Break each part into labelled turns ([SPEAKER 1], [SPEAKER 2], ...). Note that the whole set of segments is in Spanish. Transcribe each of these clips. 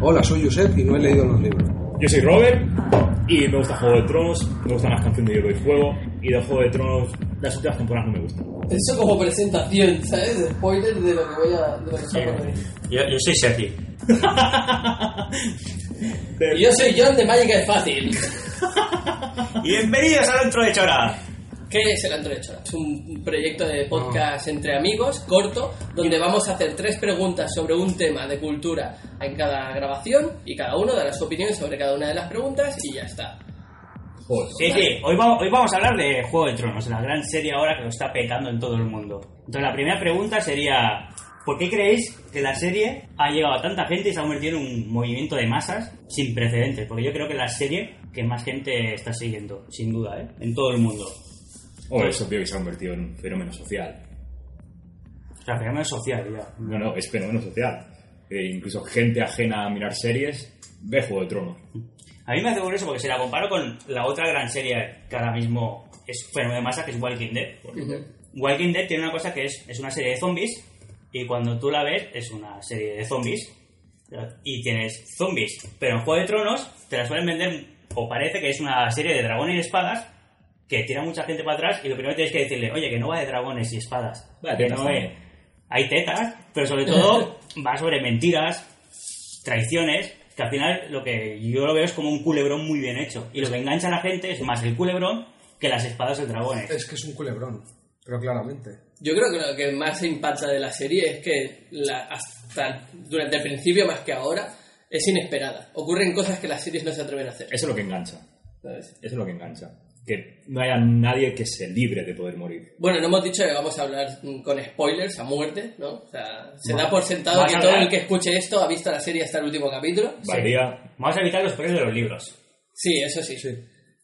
[SPEAKER 1] Hola, soy Josep y no he leído los libros.
[SPEAKER 2] Yo soy Robert y me gusta Juego de Tronos, me gustan las canciones de Hielo y Fuego y de Juego de Tronos las últimas temporadas no me gustan.
[SPEAKER 3] Eso como presentación, ¿sabes? Spoiler de lo que voy a... De lo que salgo a ver.
[SPEAKER 4] Yo, yo soy Sergi.
[SPEAKER 3] Y yo soy John de Mágica es Fácil.
[SPEAKER 4] Y bienvenidos al Antro de Chora.
[SPEAKER 3] ¿Qué es el Antorechora? Es un proyecto de podcast entre amigos, corto, donde vamos a hacer tres preguntas sobre un tema de cultura en cada grabación y cada uno dará su opinión sobre cada una de las preguntas y ya está.
[SPEAKER 4] Sí, sí, hoy vamos, hoy vamos a hablar de Juego de Tronos, la gran serie ahora que lo está petando en todo el mundo. Entonces la primera pregunta sería, ¿por qué creéis que la serie ha llegado a tanta gente y se ha convertido en un movimiento de masas sin precedentes? Eh, Porque yo creo que es la serie que más gente está siguiendo, sin duda, ¿eh? en todo el mundo.
[SPEAKER 2] O Oh, es obvio que se ha convertido en un fenómeno social.
[SPEAKER 4] O sea, fenómeno social, ya.
[SPEAKER 2] No, no, es fenómeno social. Eh, incluso gente ajena a mirar series ve Juego de Tronos.
[SPEAKER 4] A mí me hace curioso porque si la comparo con la otra gran serie que ahora mismo es fenómeno de masa, que es Walking Dead. Walking Dead tiene una cosa que es, es una serie de zombies y cuando tú la ves es una serie de zombies y tienes zombies. Pero en Juego de Tronos te la suelen vender o parece que es una serie de dragones y espadas que tira mucha gente para atrás y lo primero que tienes que decirle, oye, que no va de dragones y espadas.
[SPEAKER 2] Va de
[SPEAKER 4] Que
[SPEAKER 2] tetas
[SPEAKER 4] no
[SPEAKER 2] también.
[SPEAKER 4] es- Hay tetas, pero sobre todo va sobre mentiras, traiciones, que al final lo que yo lo veo es como un culebrón muy bien hecho. Y lo que engancha a la gente es más el culebrón que las espadas del dragón. ¿eh?
[SPEAKER 1] Es que es un culebrón, pero claramente.
[SPEAKER 3] Yo creo que lo que más impacta de la serie es que la- hasta durante el principio más que ahora es inesperada. Ocurren cosas que las series no se atreven a hacer.
[SPEAKER 2] Eso es lo que engancha.
[SPEAKER 3] ¿sabes?
[SPEAKER 2] Eso es lo que engancha. Que no haya nadie que se libre de poder morir.
[SPEAKER 3] Bueno, no hemos dicho que vamos a hablar mm, con spoilers a muerte, ¿no? O sea, se da por sentado
[SPEAKER 4] Vas
[SPEAKER 3] que
[SPEAKER 4] a
[SPEAKER 3] todo
[SPEAKER 4] hablar.
[SPEAKER 3] el que escuche esto ha visto la serie hasta el último capítulo.
[SPEAKER 2] Valdría...
[SPEAKER 4] Vamos a evitar los precios de los libros.
[SPEAKER 3] Sí, eso sí.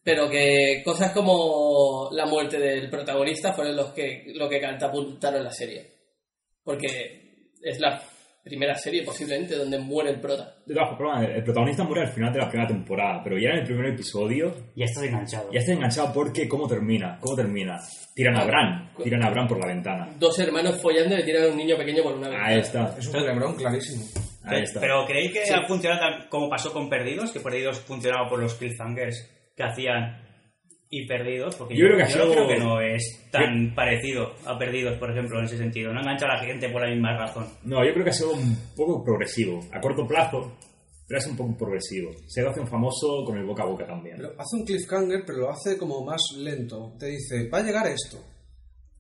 [SPEAKER 3] Pero que cosas como la muerte del protagonista fueron los que, lo que catapultaron la serie. Porque es la primera serie posiblemente donde muere el prota.
[SPEAKER 2] De todas formas, el protagonista muere al final de la primera temporada, pero ya en el primer episodio
[SPEAKER 4] Ya estás enganchado.
[SPEAKER 2] ya está enganchado porque cómo termina, cómo termina. Tiran a Bran, tiran a Bran por la ventana.
[SPEAKER 3] Dos hermanos follando y le tiran a un niño pequeño por una ventana.
[SPEAKER 2] Ahí está,
[SPEAKER 1] Es un culebrón clarísimo.
[SPEAKER 2] ahí está.
[SPEAKER 4] Pero ¿creéis que
[SPEAKER 3] Sí.
[SPEAKER 4] ha funcionado tan- como pasó con Perdidos? Que Perdidos funcionaba por los cliffhangers que hacían y Perdidos. Porque
[SPEAKER 2] Yo creo que ha sido-
[SPEAKER 4] creo que no es tan parecido a Perdidos, por ejemplo, en ese sentido. No engancha a la gente por la misma razón.
[SPEAKER 2] No, yo creo que ha sido un poco progresivo, a corto plazo, pero es un poco progresivo. Se lo hace un famoso con el boca a boca también.
[SPEAKER 1] Lo- Hace un cliffhanger, pero lo hace como más lento. Te dice, va a llegar esto,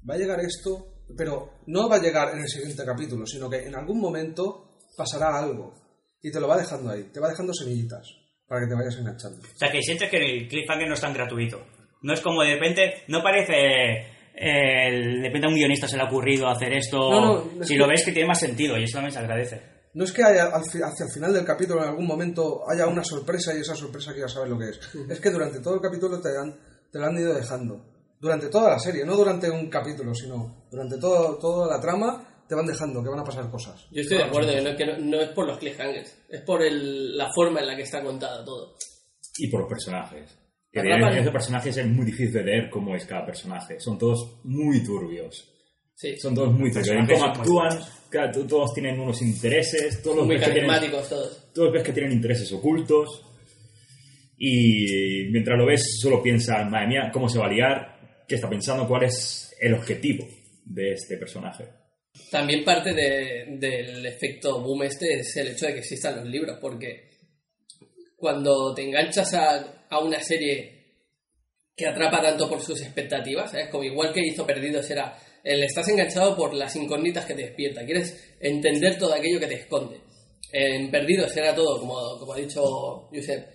[SPEAKER 1] va a llegar esto, pero no va a llegar en el siguiente capítulo, sino que en algún momento pasará algo. Y te lo va dejando ahí, te va dejando semillitas para que te vayas enganchando.
[SPEAKER 4] O sea, que sientes que el cliffhanger no es tan gratuito. No es como de repente, no parece. eh, el- de repente a un guionista se le ha ocurrido hacer esto.
[SPEAKER 1] No, no, es
[SPEAKER 4] si
[SPEAKER 1] que-
[SPEAKER 4] lo ves que tiene más sentido y eso también se agradece.
[SPEAKER 1] No es que haya, al fi- hacia el final del capítulo en algún momento haya una sorpresa y esa sorpresa que ya sabes lo que es. Es que durante todo el capítulo te, han, te lo han ido dejando. Durante toda la serie, no durante un capítulo, sino durante todo, toda la trama te van dejando que van a pasar cosas.
[SPEAKER 3] Yo estoy de acuerdo, que no, que no- no es por los cliffhangers, es por el- la forma en la que está contada todo.
[SPEAKER 2] Y por los personajes. Que
[SPEAKER 3] Atrapan.
[SPEAKER 2] tienen- esos personajes es muy difícil de leer cómo es cada personaje. Son todos muy turbios.
[SPEAKER 3] Sí,
[SPEAKER 2] Son todos muy turbios. En
[SPEAKER 4] personajes
[SPEAKER 2] cómo
[SPEAKER 4] son
[SPEAKER 2] actúan, claro, to- todos tienen unos intereses, todos los
[SPEAKER 3] muy
[SPEAKER 2] ves que tienen-
[SPEAKER 3] carismáticos todos.
[SPEAKER 2] todos ves que tienen intereses ocultos. Y mientras lo ves, solo piensas, madre mía, ¿cómo se va a liar? ¿Qué está pensando? ¿Cuál es el objetivo de este personaje?
[SPEAKER 3] También parte de- del efecto boom este es el hecho de que existan los libros, porque cuando te enganchas a, a una serie que atrapa tanto por sus expectativas, ¿sabes? Como igual que hizo Perdidos era, el estás enganchado por las incógnitas que te despierta, quieres entender todo aquello que te esconde. En Perdidos era todo, como, como ha dicho Josep,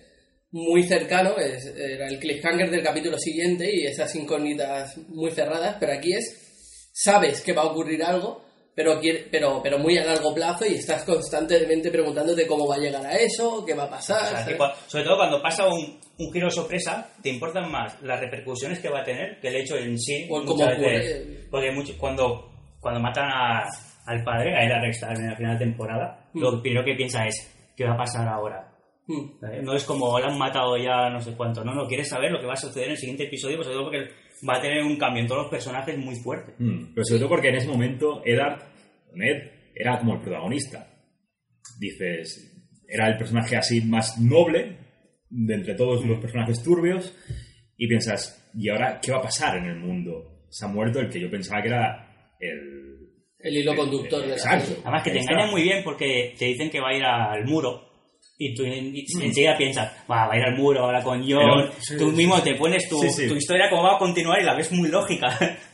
[SPEAKER 3] muy cercano, es- era el cliffhanger del capítulo siguiente y esas incógnitas muy cerradas, pero aquí es, sabes que va a ocurrir algo, pero, quiere- pero, pero muy a largo plazo y estás constantemente preguntándote cómo va a llegar a eso, qué va a pasar.
[SPEAKER 4] O sea,
[SPEAKER 3] ¿sabes?
[SPEAKER 4] que cua- sobre todo cuando pasa un, un giro de sorpresa, te importan más las repercusiones que va a tener que el hecho en sí.
[SPEAKER 3] O el
[SPEAKER 4] muchas
[SPEAKER 3] cómo
[SPEAKER 4] veces.
[SPEAKER 3] ocurre.
[SPEAKER 4] porque mucho- cuando, cuando matan a- al padre, a Ed Star en la final de temporada,
[SPEAKER 3] Mm.
[SPEAKER 4] lo primero que piensa es, ¿qué va a pasar ahora?
[SPEAKER 3] Mm.
[SPEAKER 4] ¿Sabes? No es como, la han matado ya no sé cuánto, no, no, quieres saber lo que va a suceder en el siguiente episodio, pues, sobre todo porque va a tener un cambio en todos los personajes muy fuerte.
[SPEAKER 2] Mm, pero sobre todo porque en ese momento Eddard, Ned, era como el protagonista. Dices, era el personaje así más noble de entre todos los personajes turbios y piensas, ¿y ahora qué va a pasar en el mundo? Se ha muerto el que yo pensaba que era el...
[SPEAKER 3] El
[SPEAKER 4] Eh,
[SPEAKER 3] hilo conductor de la
[SPEAKER 2] Exacto.
[SPEAKER 3] serie.
[SPEAKER 4] Además que te
[SPEAKER 2] Ahí está.
[SPEAKER 4] engañan muy bien porque te dicen que va a ir al muro y tú en- enseguida piensas, "Buah, va a ir al muro ahora con John.
[SPEAKER 2] Mm. Pero-
[SPEAKER 4] tú mismo te pones tu,
[SPEAKER 2] Sí, sí.
[SPEAKER 4] tu historia como va a continuar y la ves muy lógica.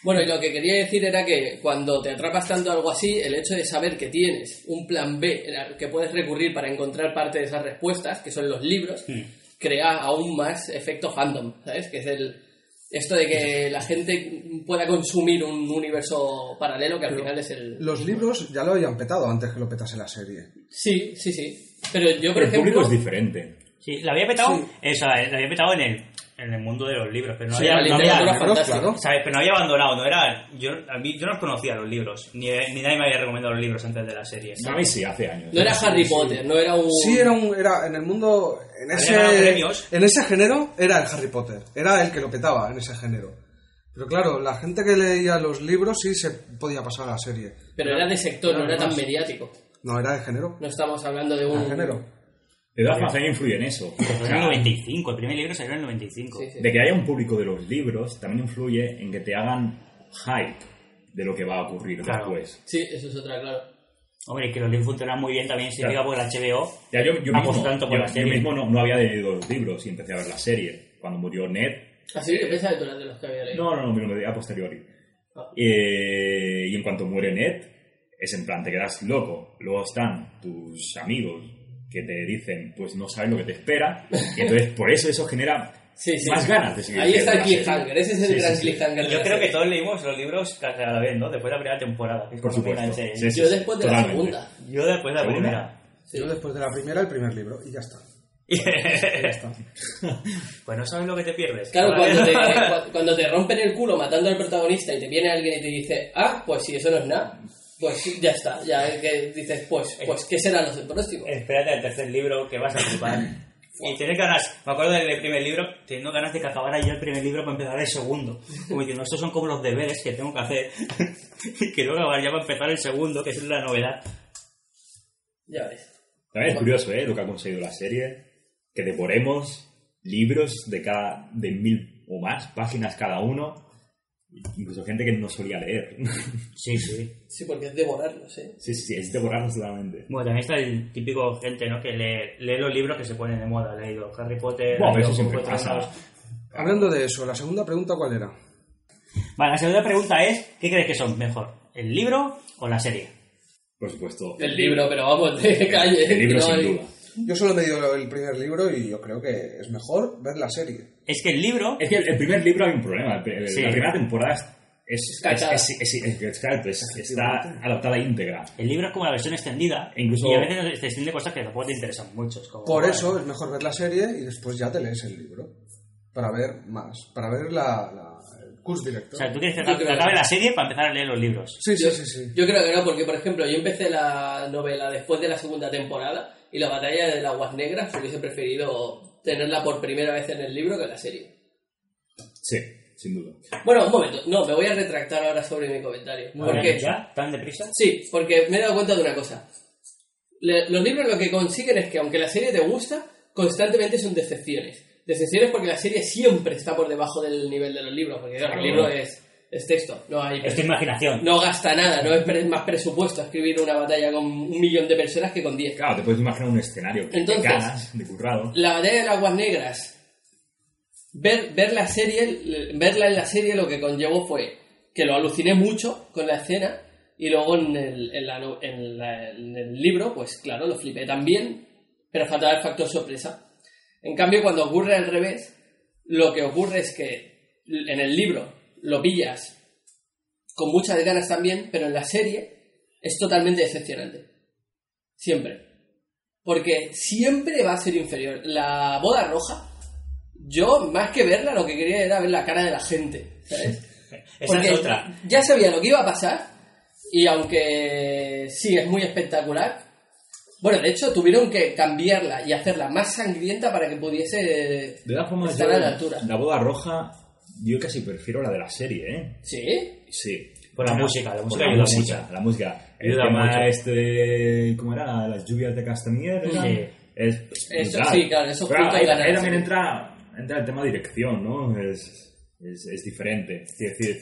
[SPEAKER 3] Bueno, y lo que quería decir era que cuando te atrapas tanto a algo así, el hecho de saber que tienes un plan B en el que puedes recurrir para encontrar parte de esas respuestas, que son los libros,
[SPEAKER 2] Hmm.
[SPEAKER 3] crea aún más efecto fandom, ¿sabes? Que es el esto de que la gente pueda consumir un universo paralelo que al final es el
[SPEAKER 1] Los libros ya lo habían petado antes que lo petase la serie.
[SPEAKER 3] sí, sí, sí. Pero yo por
[SPEAKER 2] Pero el público
[SPEAKER 3] ejemplo
[SPEAKER 2] es diferente.
[SPEAKER 4] Sí, la había petado,
[SPEAKER 1] Sí.
[SPEAKER 4] o sea, la había petado en el, en el mundo de los libros, pero no
[SPEAKER 3] Sí,
[SPEAKER 4] había,
[SPEAKER 3] la
[SPEAKER 4] no había-
[SPEAKER 3] literatura
[SPEAKER 1] libros,
[SPEAKER 3] fantástica.
[SPEAKER 1] claro.
[SPEAKER 4] ¿sabes? Pero no había abandonado, no era, yo, a mí- yo no conocía los libros, ni, ni nadie me había recomendado los libros antes de la serie.
[SPEAKER 2] A mí sí, hace años.
[SPEAKER 3] No era Harry Potter, no era un
[SPEAKER 1] Sí, era un, era en el mundo, en
[SPEAKER 4] Había
[SPEAKER 1] ese,
[SPEAKER 4] ganado premios.
[SPEAKER 1] en ese género, era el Harry Potter, era el que lo petaba en ese género. Pero claro, la gente que leía los libros sí se podía pasar a la serie.
[SPEAKER 3] pero era de sector, no era tan mediático.
[SPEAKER 1] No, era de género.
[SPEAKER 3] No estamos hablando de
[SPEAKER 1] Era
[SPEAKER 3] un
[SPEAKER 1] de género.
[SPEAKER 2] Eddard más bien influye en eso.
[SPEAKER 4] Fue
[SPEAKER 2] O
[SPEAKER 4] en el
[SPEAKER 2] sea,
[SPEAKER 4] 95, el primer libro salió en el 95.
[SPEAKER 3] Sí, sí.
[SPEAKER 2] de que haya un público de los libros también influye en que te hagan hype de lo que va a ocurrir
[SPEAKER 4] Claro.
[SPEAKER 2] después.
[SPEAKER 3] Sí, eso es otra, claro.
[SPEAKER 4] Hombre, que los libros funcionan muy bien también, se
[SPEAKER 2] Claro.
[SPEAKER 4] diga por la HBO.
[SPEAKER 2] Ya, yo, yo
[SPEAKER 4] Vamos
[SPEAKER 2] mismo,
[SPEAKER 4] tanto por
[SPEAKER 2] yo-
[SPEAKER 4] la
[SPEAKER 2] yo
[SPEAKER 4] serie.
[SPEAKER 2] mismo no, no había leído los libros y empecé a ver la serie. Cuando murió Ned...
[SPEAKER 3] Así que pensaba que tú eras de los que había leído.
[SPEAKER 2] No, no, no, me lo leí a posteriori.
[SPEAKER 3] Ah.
[SPEAKER 2] Eh, y en cuanto muere Ned, es en plan, te quedas loco. Luego están tus amigos que te dicen, pues no sabes lo que te espera. Y entonces, por eso eso genera
[SPEAKER 3] Sí, sí.
[SPEAKER 2] más ganas de seguir.
[SPEAKER 3] Ahí está el
[SPEAKER 2] viendo la serie.
[SPEAKER 3] cliffhanger, ese es el
[SPEAKER 2] Sí, sí,
[SPEAKER 3] gran
[SPEAKER 2] sí.
[SPEAKER 3] cliffhanger. de
[SPEAKER 4] Yo
[SPEAKER 3] la
[SPEAKER 4] creo que
[SPEAKER 3] serie.
[SPEAKER 4] todos leímos los libros casi a la vez, ¿no? Después de la primera temporada. que es
[SPEAKER 2] Por
[SPEAKER 4] cuando
[SPEAKER 2] supuesto.
[SPEAKER 4] finaliza el-
[SPEAKER 2] Sí, sí,
[SPEAKER 3] Yo
[SPEAKER 2] sí,
[SPEAKER 3] después de la
[SPEAKER 2] totalmente.
[SPEAKER 3] segunda.
[SPEAKER 4] Yo después de la
[SPEAKER 2] ¿Segunda?
[SPEAKER 4] primera.
[SPEAKER 3] Sí.
[SPEAKER 1] Yo después de la primera, el primer libro, y ya está.
[SPEAKER 4] pues no sabes lo que te pierdes.
[SPEAKER 3] Claro,
[SPEAKER 4] ¿vale?
[SPEAKER 3] cuando te, cu- cuando te rompen el culo matando al protagonista y te viene alguien y te dice, ah, pues si eso no es nada, pues ya está. Ya que dices, pues, pues ¿qué serán los del próximo?
[SPEAKER 2] Eh.
[SPEAKER 4] Espérate al tercer libro que vas a flipar. Y tienes ganas, me acuerdo del primer libro, teniendo ganas de que acabara yo el primer libro para empezar el segundo. Como diciendo, estos son como los deberes que tengo que hacer. que luego acabar ya para empezar el segundo, que es la novedad.
[SPEAKER 3] Ya ves.
[SPEAKER 2] También es curioso, ¿eh? Lo que ha conseguido la serie. Que devoremos libros de cada de mil o más páginas cada uno. Incluso gente que no solía leer.
[SPEAKER 4] Sí, sí.
[SPEAKER 3] Sí, porque es devorarlos, ¿eh?
[SPEAKER 2] sí, sí, sí, es devorarnos totalmente.
[SPEAKER 4] Bueno, también está el típico gente, ¿no? Que lee, lee los libros que se ponen de moda. Ha leído Harry Potter,
[SPEAKER 2] Bueno,
[SPEAKER 4] ha leído
[SPEAKER 2] eso siempre
[SPEAKER 4] Juego de
[SPEAKER 2] pasa.
[SPEAKER 4] Tronos.
[SPEAKER 1] Hablando de eso, la segunda pregunta, ¿cuál era?
[SPEAKER 4] Vale, la segunda pregunta es, ¿qué crees que son mejor? ¿El libro o la serie?
[SPEAKER 2] Por supuesto.
[SPEAKER 3] El libro, pero vamos, de calle.
[SPEAKER 2] El libro,
[SPEAKER 3] no
[SPEAKER 2] sin
[SPEAKER 3] Eh, hay-
[SPEAKER 2] duda.
[SPEAKER 1] Yo solo he leído el primer libro y yo creo que es mejor ver la serie.
[SPEAKER 4] Es que el libro...
[SPEAKER 2] Es que el, el primer libro hay un problema. el- el-
[SPEAKER 4] Sí.
[SPEAKER 2] La primera temporada es. Es, es,
[SPEAKER 3] Cachada.
[SPEAKER 2] es- es- es- es- claro, es- está adaptada íntegra.
[SPEAKER 4] El libro es como la versión extendida,
[SPEAKER 2] E incluso-
[SPEAKER 4] y a veces te extiende cosas que tampoco te interesan mucho. es como,
[SPEAKER 1] Por
[SPEAKER 4] vale,
[SPEAKER 1] eso es mejor ver la serie y después ya te lees el libro. Para ver más, para ver la, la- el curso
[SPEAKER 4] O
[SPEAKER 1] director.
[SPEAKER 4] sea, tú quieres que
[SPEAKER 3] Yo creo
[SPEAKER 4] acabe
[SPEAKER 3] que-
[SPEAKER 4] la serie para empezar a leer los libros.
[SPEAKER 1] Sí, sí, sí, sí.
[SPEAKER 3] Yo creo que no, porque por ejemplo, yo empecé la novela después de la segunda temporada y la batalla de las aguas negras hubiese preferido tenerla por primera vez en el libro que en la serie.
[SPEAKER 2] Sí, sin duda.
[SPEAKER 3] Bueno, un momento, no, me voy a retractar ahora sobre mi comentario. Porque,
[SPEAKER 4] ¿Ya? ¿Tan deprisa?
[SPEAKER 3] sí, porque me he dado cuenta de una cosa. Le- los libros lo que consiguen es que aunque la serie te gusta, constantemente son decepciones. Decepciones porque la serie siempre está por debajo del nivel de los libros, porque claro, el libro es, es texto, no hay...
[SPEAKER 4] Es tu imaginación.
[SPEAKER 3] No gasta nada, no es pre- más presupuesto escribir una batalla con un millón de personas que con diez.
[SPEAKER 2] Claro, te puedes imaginar un escenario que
[SPEAKER 3] Entonces-
[SPEAKER 2] de caras, de currado.
[SPEAKER 3] La batalla de aguas negras. Ver, ver la serie, verla en la serie lo que conllevó fue que lo aluciné mucho con la escena y luego en el, en la no- en la- en el libro, pues claro, lo flipé también, pero faltaba el factor sorpresa. En cambio, cuando ocurre al revés, lo que ocurre es que en el libro lo pillas con muchas ganas también, pero en la serie es totalmente decepcionante. Siempre. Porque siempre va a ser inferior. La boda roja, yo más que verla, lo que quería era ver la cara de la gente, ¿sabes?
[SPEAKER 4] Esa
[SPEAKER 3] Porque
[SPEAKER 4] es otra.
[SPEAKER 3] ya sabía lo que iba a pasar y aunque sí es muy espectacular, bueno, de hecho tuvieron que cambiarla y hacerla más sangrienta para que pudiese
[SPEAKER 2] De todas formas,
[SPEAKER 3] estar
[SPEAKER 2] yo
[SPEAKER 3] a la altura.
[SPEAKER 2] la boda roja, yo casi prefiero la de la serie, ¿eh?
[SPEAKER 3] Sí,
[SPEAKER 2] Sí.
[SPEAKER 4] Por la
[SPEAKER 2] Bueno,
[SPEAKER 4] música, la
[SPEAKER 2] por
[SPEAKER 4] música
[SPEAKER 2] la
[SPEAKER 4] ayuda
[SPEAKER 2] música,
[SPEAKER 4] mucho.
[SPEAKER 2] La música. El
[SPEAKER 4] Ayuda
[SPEAKER 2] tema
[SPEAKER 4] mucho.
[SPEAKER 2] este, ¿cómo era? Las lluvias de Castañeda.
[SPEAKER 4] Sí.
[SPEAKER 2] Es,
[SPEAKER 3] Eso,
[SPEAKER 2] brutal.
[SPEAKER 3] sí, claro, eso
[SPEAKER 2] Pero
[SPEAKER 3] junta y
[SPEAKER 2] ahí,
[SPEAKER 3] gana
[SPEAKER 2] ahí
[SPEAKER 3] la
[SPEAKER 2] también
[SPEAKER 3] serie.
[SPEAKER 2] entra, entra el tema de dirección, ¿no? Es, es, es diferente. Es decir,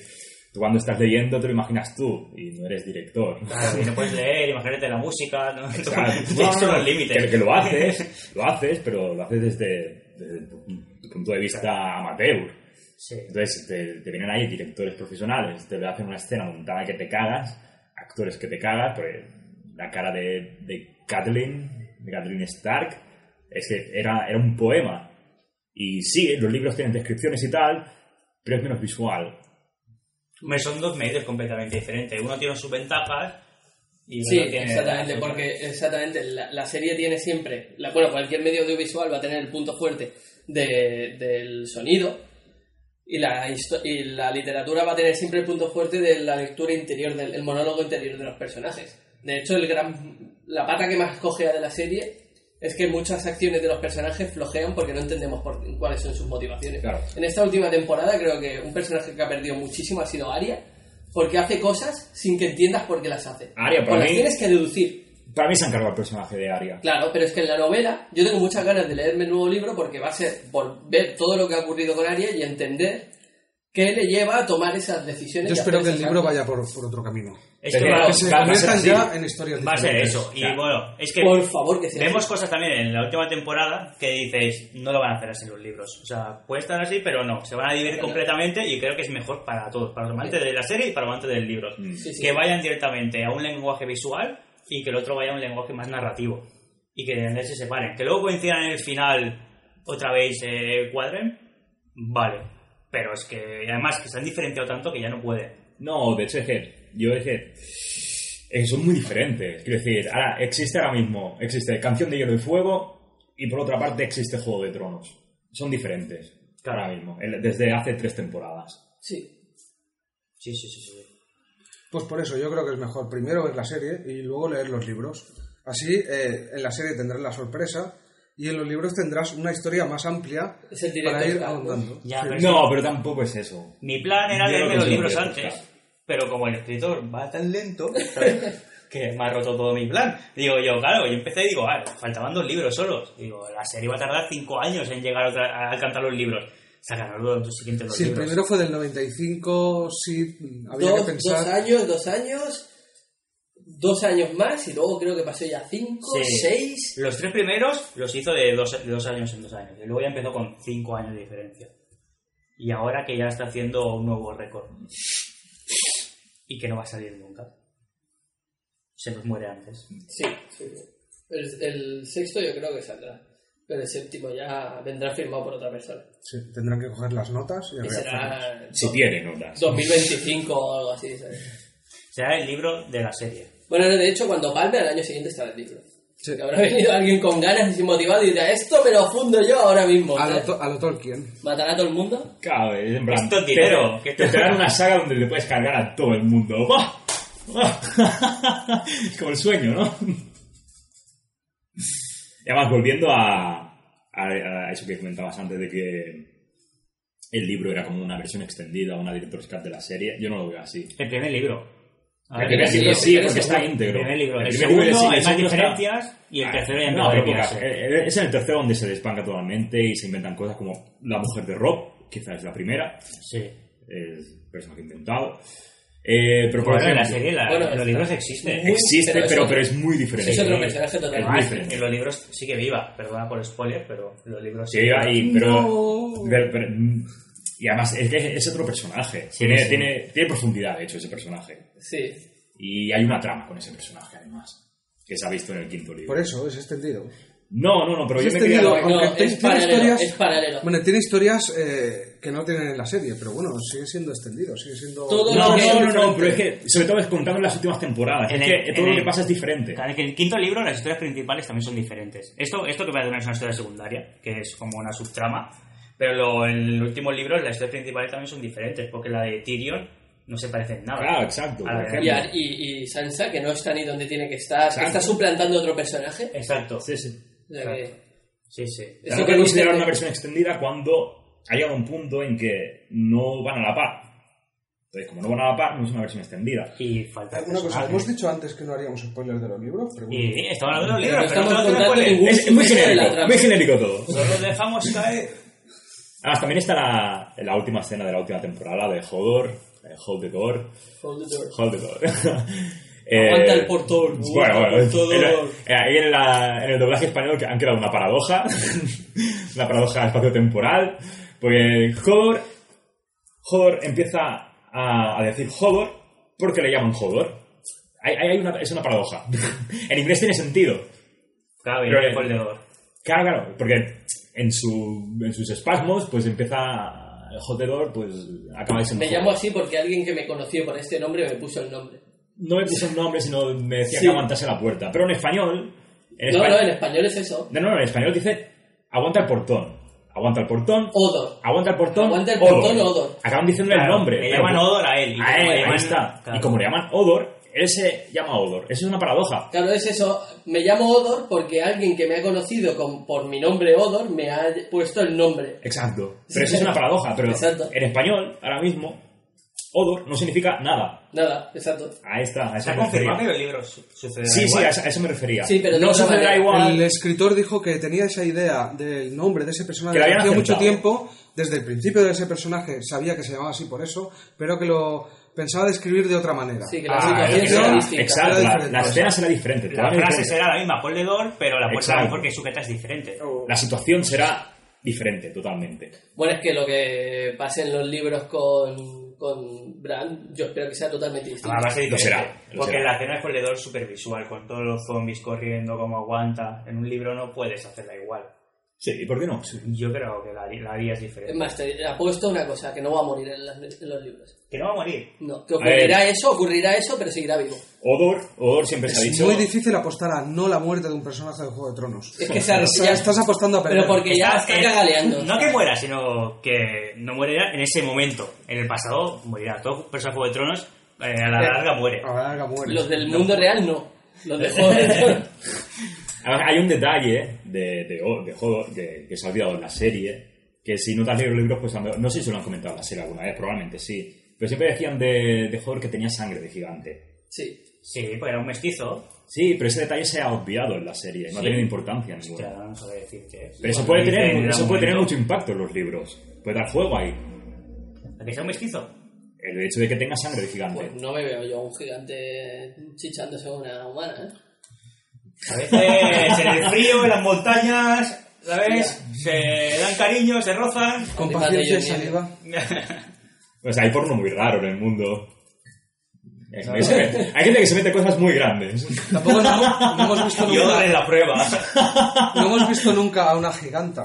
[SPEAKER 2] tú cuando estás leyendo te lo imaginas tú y no eres director.
[SPEAKER 4] Claro, y no puedes leer, imagínate la música, ¿no?
[SPEAKER 2] Exacto.
[SPEAKER 4] Tienes
[SPEAKER 2] No, no,
[SPEAKER 4] unos límites.
[SPEAKER 2] Que, que lo haces, lo haces, pero lo haces desde, desde tu, tu punto de vista amateur.
[SPEAKER 4] Sí.
[SPEAKER 2] Entonces te, te vienen ahí directores profesionales, te hacen una escena montada que te cagas, actores que te cagas, porque la cara de, de Kathleen, de Kathleen Stark, es que era, era un poema. Y sí, los libros tienen descripciones y tal, pero es menos visual.
[SPEAKER 4] Me son dos medios completamente diferentes. Uno tiene sus ventajas y
[SPEAKER 3] sí,
[SPEAKER 4] otro tiene
[SPEAKER 3] exactamente,
[SPEAKER 4] las otras.
[SPEAKER 3] porque exactamente la, la serie tiene siempre, la, bueno, cualquier medio audiovisual va a tener el punto fuerte de- del sonido y la, histo- y la literatura va a tener siempre el punto fuerte de la lectura interior, del el monólogo interior de los personajes. De hecho, el gran, la pata que más cogea de la serie es que muchas acciones de los personajes flojean porque no entendemos por, cuáles son sus motivaciones.
[SPEAKER 2] Claro.
[SPEAKER 3] En esta última temporada creo que un personaje que ha perdido muchísimo ha sido Arya porque hace cosas sin que entiendas por qué las hace.
[SPEAKER 2] Arya,
[SPEAKER 3] O
[SPEAKER 2] para
[SPEAKER 3] las
[SPEAKER 2] mí-
[SPEAKER 3] tienes que deducir.
[SPEAKER 2] Para mí se ha encargado el personaje de Arya.
[SPEAKER 3] Claro, pero es que en la novela yo tengo muchas ganas de leerme el nuevo libro porque va a ser por ver todo lo que ha ocurrido con Arya y entender qué le lleva a tomar esas decisiones.
[SPEAKER 1] Yo
[SPEAKER 3] y
[SPEAKER 1] espero
[SPEAKER 3] hacer
[SPEAKER 1] que el
[SPEAKER 3] esas
[SPEAKER 1] libro vaya
[SPEAKER 3] acciones.
[SPEAKER 1] por, por otro camino.
[SPEAKER 4] Es que
[SPEAKER 2] Pero-
[SPEAKER 4] va,
[SPEAKER 1] Eh, Que se
[SPEAKER 2] Va a ser
[SPEAKER 1] conviertan
[SPEAKER 2] así.
[SPEAKER 1] ya en historias
[SPEAKER 4] va a ser
[SPEAKER 1] diferentes.
[SPEAKER 4] eso. Y
[SPEAKER 2] Claro.
[SPEAKER 4] bueno, es que
[SPEAKER 3] Por favor, que sea
[SPEAKER 4] vemos
[SPEAKER 3] así.
[SPEAKER 4] cosas también en la última temporada que dices, no lo van a hacer así los libros. O sea, puede estar así, pero no. Se van a dividir
[SPEAKER 3] Claro.
[SPEAKER 4] completamente y creo que es mejor para todos, para los amantes de la serie y para los amantes del libro.
[SPEAKER 2] Mm.
[SPEAKER 3] Sí, sí.
[SPEAKER 4] Que vayan directamente a un lenguaje visual y que el otro vaya a un lenguaje más narrativo. Y que de se separen. Que luego coincidan en el final otra vez eh, cuadren, vale. Pero es que además que se han diferenciado tanto que ya no pueden.
[SPEAKER 2] No, de hecho es que yo es que eh, son muy diferentes. Quiero decir, ahora existe ahora mismo, existe Canción de Hielo y Fuego y por otra parte existe Juego de Tronos. Son diferentes ahora mismo, el- desde hace tres temporadas.
[SPEAKER 3] Sí.
[SPEAKER 4] Sí, sí, sí. sí.
[SPEAKER 1] Pues por eso yo creo que es mejor primero ver la serie y luego leer los libros. Así eh, en la serie tendrás la sorpresa y en los libros tendrás una historia más amplia
[SPEAKER 3] Es el directo
[SPEAKER 1] para ir
[SPEAKER 3] Scott, ¿no?
[SPEAKER 1] ahondando.
[SPEAKER 4] Ya,
[SPEAKER 1] Sí.
[SPEAKER 4] pero-
[SPEAKER 2] No, pero tampoco es eso.
[SPEAKER 4] Mi plan era
[SPEAKER 2] Yo no
[SPEAKER 4] leerme los
[SPEAKER 2] consigo
[SPEAKER 4] libros
[SPEAKER 2] leer, claro.
[SPEAKER 4] antes, pero como el escritor va tan lento, ¿sabes? que me ha roto todo mi plan. Digo yo, claro, yo empecé y digo, ah, faltaban dos libros solos. Digo, la serie va a tardar cinco años en llegar otra- a alcanzar los libros. Sacan los dos siguientes dos
[SPEAKER 1] Sí, el
[SPEAKER 4] libros.
[SPEAKER 1] primero fue del 95, sí, había
[SPEAKER 3] Dos,
[SPEAKER 1] que
[SPEAKER 3] dos
[SPEAKER 1] pensar.
[SPEAKER 3] años, dos años, dos años más y luego creo que pasó ya cinco,
[SPEAKER 4] Sí.
[SPEAKER 3] seis.
[SPEAKER 4] Los tres primeros los hizo de dos, de dos años en dos años. Y luego ya empezó con cinco años de diferencia. Y ahora que ya está haciendo un nuevo récord. Y que no va a salir nunca. Se nos muere antes.
[SPEAKER 3] Sí. sí. El, el sexto yo creo que saldrá. Pero el séptimo ya vendrá firmado por otra persona.
[SPEAKER 1] Sí, tendrán que coger las notas y
[SPEAKER 3] Que
[SPEAKER 1] reaccionar.
[SPEAKER 3] será
[SPEAKER 2] Si tiene notas.
[SPEAKER 3] 2025 o algo así, ¿sabes?
[SPEAKER 4] Será el libro de la serie.
[SPEAKER 3] Bueno, no, de hecho, cuando palme al año siguiente estará el libro.
[SPEAKER 1] Sí.
[SPEAKER 3] Que habrá venido alguien con ganas y motivado y dirá, esto me lo fundo yo ahora mismo.
[SPEAKER 1] A lo,
[SPEAKER 3] ¿sabes?
[SPEAKER 1] to- a lo Tolkien.
[SPEAKER 3] ¿Matará a todo el mundo?
[SPEAKER 2] Claro, es en plan,
[SPEAKER 4] Esto es dinero, ¡Oh!
[SPEAKER 2] Te,
[SPEAKER 4] que
[SPEAKER 2] te
[SPEAKER 4] esto-
[SPEAKER 2] dan una saga donde le puedes cargar a todo el mundo. ¡Buah! ¡Buah! Es Como el sueño, ¿no? Y además, volviendo a, a- a eso que comentabas antes de que el libro era como una versión extendida, una director's cut de la serie, yo no lo veo así.
[SPEAKER 4] El primer libro. A
[SPEAKER 2] El
[SPEAKER 4] ver,
[SPEAKER 2] primer
[SPEAKER 3] sí,
[SPEAKER 2] libro
[SPEAKER 3] el
[SPEAKER 2] sí,
[SPEAKER 3] primer
[SPEAKER 2] porque
[SPEAKER 3] segundo.
[SPEAKER 2] está íntegro.
[SPEAKER 4] El primer libro. El,
[SPEAKER 2] primer
[SPEAKER 4] segundo
[SPEAKER 2] libro sí, el
[SPEAKER 4] hay más
[SPEAKER 2] segundo está-
[SPEAKER 4] diferencias y el
[SPEAKER 2] Ah,
[SPEAKER 4] tercero ya
[SPEAKER 2] no,
[SPEAKER 4] empieza a
[SPEAKER 2] pero
[SPEAKER 4] desviarse.
[SPEAKER 2] poca. Eh, eh, Es en el tercero donde se despanca totalmente y se inventan cosas como la mujer de Rob, quizás es la primera,
[SPEAKER 4] Sí.
[SPEAKER 2] es personaje inventado. Eh, pero por
[SPEAKER 4] Bueno, en la
[SPEAKER 2] ejemplo,
[SPEAKER 4] serie, la-
[SPEAKER 3] Bueno,
[SPEAKER 4] en
[SPEAKER 3] está-
[SPEAKER 4] los libros existe.
[SPEAKER 3] Muy-
[SPEAKER 2] existe,
[SPEAKER 3] pero
[SPEAKER 2] pero,
[SPEAKER 3] es
[SPEAKER 2] pero,
[SPEAKER 3] otro-
[SPEAKER 2] es muy diferente.
[SPEAKER 3] es otro personaje totalmente.
[SPEAKER 2] Es muy
[SPEAKER 4] Además,
[SPEAKER 2] diferente.
[SPEAKER 4] en eh, los libros sí que viva. Perdona por spoiler, pero en los libros
[SPEAKER 2] Sí, ahí, pero,
[SPEAKER 1] No.
[SPEAKER 2] pero- pero- mm, Y además, es que es otro personaje.
[SPEAKER 4] Sí,
[SPEAKER 2] Tiene,
[SPEAKER 4] sí.
[SPEAKER 2] Tiene, tiene profundidad, de hecho, ese personaje.
[SPEAKER 3] Sí.
[SPEAKER 2] Y hay una trama con ese personaje, además, que se ha visto en el quinto libro.
[SPEAKER 1] Por eso es extendido.
[SPEAKER 2] No, no, no, pero yo
[SPEAKER 1] Es
[SPEAKER 2] me
[SPEAKER 1] tenido-
[SPEAKER 2] quería...
[SPEAKER 1] aunque
[SPEAKER 3] No,
[SPEAKER 1] te-
[SPEAKER 3] es
[SPEAKER 1] tiene
[SPEAKER 3] paralelo,
[SPEAKER 1] historias-
[SPEAKER 3] es paralelo.
[SPEAKER 1] Bueno, tiene historias eh, que no tienen en la serie, pero bueno, sigue siendo extendido, sigue siendo...
[SPEAKER 3] Todo
[SPEAKER 2] No,
[SPEAKER 3] lo que-
[SPEAKER 2] no, no, no, pero es que sobre todo es contando las últimas temporadas.
[SPEAKER 4] En
[SPEAKER 2] es
[SPEAKER 4] el-
[SPEAKER 2] que todo
[SPEAKER 4] en
[SPEAKER 2] lo que
[SPEAKER 4] el-
[SPEAKER 2] pasa es diferente.
[SPEAKER 4] Claro, que en el quinto libro las historias principales también son diferentes. Esto, esto que va a una es una historia secundaria, que es como una subtrama, pero lo- en el último libro las historias principales también son diferentes, porque la de Tyrion no se parece en nada.
[SPEAKER 2] Claro, exacto,
[SPEAKER 4] A la
[SPEAKER 2] por
[SPEAKER 4] de-
[SPEAKER 2] ejemplo.
[SPEAKER 3] Y, Ar- y, y Sansa, que no está ni donde tiene que estar, que
[SPEAKER 2] Exacto.
[SPEAKER 3] está suplantando a otro personaje.
[SPEAKER 4] Exacto.
[SPEAKER 2] Sí, sí.
[SPEAKER 3] O sea que-
[SPEAKER 4] Sí, sí.
[SPEAKER 2] Ya
[SPEAKER 3] Eso
[SPEAKER 2] no
[SPEAKER 3] que
[SPEAKER 2] pueden
[SPEAKER 3] dice
[SPEAKER 2] considerar
[SPEAKER 3] que-
[SPEAKER 2] una versión extendida cuando ha llegado un punto en que no van a la par. Entonces, como no van a la par, no es una versión extendida.
[SPEAKER 4] Y
[SPEAKER 3] Eh,
[SPEAKER 4] falta...
[SPEAKER 1] Una cosa,
[SPEAKER 4] personajes.
[SPEAKER 1] hemos dicho antes que no haríamos spoilers de los libros, pero bueno.
[SPEAKER 4] Y estamos hablando de los
[SPEAKER 3] Pero no
[SPEAKER 4] libros, pero no
[SPEAKER 3] estamos
[SPEAKER 4] estamos haciendo
[SPEAKER 3] contando
[SPEAKER 4] spoilers.
[SPEAKER 3] ningún-
[SPEAKER 2] Es, es muy
[SPEAKER 3] sí, sí, la
[SPEAKER 2] genérico,
[SPEAKER 3] trama.
[SPEAKER 2] muy genérico todo.
[SPEAKER 4] Solo dejamos caer...
[SPEAKER 2] Además, también está la, la última escena de la última temporada de Hodor, eh, Hold the Door,
[SPEAKER 3] Hold the door.
[SPEAKER 2] Hold the Door.
[SPEAKER 3] Aguanta el portón,
[SPEAKER 2] Eh, Bueno,
[SPEAKER 3] aguanta
[SPEAKER 2] bueno.
[SPEAKER 3] el portón.
[SPEAKER 2] en la- eh, ahí en, la- en el doblaje español que han creado una paradoja, una paradoja espacio-temporal, porque Hodor, Hodor empieza a, a decir Hodor porque le llaman Hodor. Hay, hay- hay una, es una paradoja. en inglés tiene sentido,
[SPEAKER 4] Claro,
[SPEAKER 2] Pero-
[SPEAKER 4] y el Voldemort.
[SPEAKER 2] Claro, claro, porque en, su, en sus espasmos, pues empieza el jodedor, pues acaba de ser.
[SPEAKER 3] Me llamo así porque alguien que me conoció por este nombre me puso el nombre.
[SPEAKER 2] No me puso un nombre, sino me decía
[SPEAKER 3] Sí.
[SPEAKER 2] que aguantase la puerta. Pero en español. En
[SPEAKER 3] No,
[SPEAKER 2] español
[SPEAKER 3] no, en español es eso.
[SPEAKER 2] no, no, en español dice aguanta el portón. Aguanta el portón.
[SPEAKER 3] Odor.
[SPEAKER 2] Aguanta el portón.
[SPEAKER 3] Aguanta el portón, Odor.
[SPEAKER 2] Acaban diciendo el
[SPEAKER 4] Claro,
[SPEAKER 2] nombre.
[SPEAKER 4] Le
[SPEAKER 2] pero-
[SPEAKER 4] llaman Odor a él. y
[SPEAKER 2] A él,
[SPEAKER 4] como le
[SPEAKER 2] ahí
[SPEAKER 4] llaman-
[SPEAKER 2] está.
[SPEAKER 4] Claro.
[SPEAKER 2] Y como le llaman Odor, él se llama Odor. Eso es una paradoja.
[SPEAKER 3] Claro, es eso. Me llamo Odor porque alguien que me ha conocido con- por mi nombre Odor me ha puesto el nombre.
[SPEAKER 2] Exacto. Pero eso es una paradoja. Pero
[SPEAKER 3] Exacto.
[SPEAKER 2] en español, ahora mismo, Odor no significa nada.
[SPEAKER 3] Nada, exacto.
[SPEAKER 2] Ahí está, a eso
[SPEAKER 4] Está
[SPEAKER 2] me refería.
[SPEAKER 4] confirmado que los libros su- sucederán
[SPEAKER 2] Sí, sí,
[SPEAKER 4] igual.
[SPEAKER 2] a eso, a eso me refería.
[SPEAKER 3] Sí, pero de
[SPEAKER 2] no
[SPEAKER 3] otra
[SPEAKER 2] sucederá
[SPEAKER 3] manera.
[SPEAKER 2] igual.
[SPEAKER 1] El escritor dijo que tenía esa idea del nombre de ese personaje
[SPEAKER 2] Que lo
[SPEAKER 1] desde
[SPEAKER 2] habían
[SPEAKER 1] hacía mucho
[SPEAKER 2] acertado.
[SPEAKER 1] tiempo, desde el principio de ese personaje sabía que se llamaba así por eso, pero que lo pensaba describir de otra manera.
[SPEAKER 3] Sí, que la
[SPEAKER 2] Ah,
[SPEAKER 3] situación
[SPEAKER 2] es que
[SPEAKER 3] será
[SPEAKER 2] será-
[SPEAKER 3] distinta.
[SPEAKER 2] Exacto,
[SPEAKER 1] Será
[SPEAKER 2] la,
[SPEAKER 1] diferente.
[SPEAKER 2] la escena será diferente.
[SPEAKER 4] La
[SPEAKER 2] totalmente
[SPEAKER 4] frase
[SPEAKER 2] diferente.
[SPEAKER 4] será la misma, Voldemort, pero la puerta a lo
[SPEAKER 2] Exacto.
[SPEAKER 4] mejor que sujeta es diferente.
[SPEAKER 1] O-
[SPEAKER 2] La situación será diferente totalmente.
[SPEAKER 3] Bueno, es que lo que pase en los libros con, con Bran, yo espero que sea totalmente distinto.
[SPEAKER 4] Ah, va a ser
[SPEAKER 2] Lo
[SPEAKER 4] diferente.
[SPEAKER 2] será, lo
[SPEAKER 4] porque
[SPEAKER 2] será.
[SPEAKER 4] la escena es corredor súper visual, con todos los zombies corriendo, como aguanta. En un libro no puedes hacerla igual.
[SPEAKER 2] Sí, ¿y por qué no?
[SPEAKER 4] Yo creo que la, harí- la harías
[SPEAKER 3] Es
[SPEAKER 4] diferente.
[SPEAKER 3] más, te apuesto una cosa, que no va a morir en, las- en los libros.
[SPEAKER 4] Que no va a morir.
[SPEAKER 3] No, que
[SPEAKER 2] A ver.
[SPEAKER 3] ocurrirá eso, ocurrirá eso, pero seguirá vivo.
[SPEAKER 2] Odor, Odor siempre se ha
[SPEAKER 1] Es
[SPEAKER 2] dicho.
[SPEAKER 1] muy difícil apostar a no la muerte de un personaje de Juego de Tronos.
[SPEAKER 3] Es que se ha-
[SPEAKER 1] O sea,
[SPEAKER 3] ya-
[SPEAKER 1] estás apostando a perder.
[SPEAKER 3] Pero porque ya
[SPEAKER 4] Está-
[SPEAKER 3] está
[SPEAKER 4] eh,
[SPEAKER 3] cagaleando.
[SPEAKER 4] No que muera, sino que no morirá en ese momento. En el pasado morirá. Todo persona Juego de Tronos eh, a la
[SPEAKER 1] Eh,
[SPEAKER 4] larga muere.
[SPEAKER 1] A la larga mueres.
[SPEAKER 3] Los del mundo real no. Los de joven.
[SPEAKER 2] Además, hay un detalle de, de, O- de Hodor que, que se ha olvidado en la serie, que si no te has leído los libros, pues a lo mejor- no sé si lo han comentado en la serie alguna vez, probablemente sí. Pero siempre decían de, de Hodor que tenía sangre de gigante.
[SPEAKER 3] Sí.
[SPEAKER 4] Sí, pues era un mestizo.
[SPEAKER 2] Sí, pero ese detalle se ha obviado en la serie, no ha
[SPEAKER 4] Sí.
[SPEAKER 2] tenido importancia ninguna.
[SPEAKER 4] Hostia, no sabía decirte.
[SPEAKER 2] Pero eso puede,
[SPEAKER 4] Dicen en
[SPEAKER 2] tener, eso
[SPEAKER 4] algún
[SPEAKER 2] puede tener
[SPEAKER 4] momento,
[SPEAKER 2] mucho impacto en los libros. Puede dar juego ahí.
[SPEAKER 4] ¿a que sea un mestizo?
[SPEAKER 2] El hecho de que tenga sangre de
[SPEAKER 3] Pues
[SPEAKER 2] gigante.
[SPEAKER 3] no me veo yo un gigante chichándose con una humana, ¿eh?
[SPEAKER 4] A veces en el frío, en las montañas, ¿sabes? Se dan cariño, se rozan.
[SPEAKER 1] Con
[SPEAKER 3] Arriba de
[SPEAKER 1] paciencia y
[SPEAKER 3] ellos,
[SPEAKER 1] saliva.
[SPEAKER 2] O sea, hay porno muy raro en el mundo. Hay gente- hay gente que se mete cosas muy grandes.
[SPEAKER 1] Tampoco no, no hemos visto
[SPEAKER 4] Yo daré
[SPEAKER 1] nunca,
[SPEAKER 4] la prueba.
[SPEAKER 1] no hemos visto nunca a una giganta.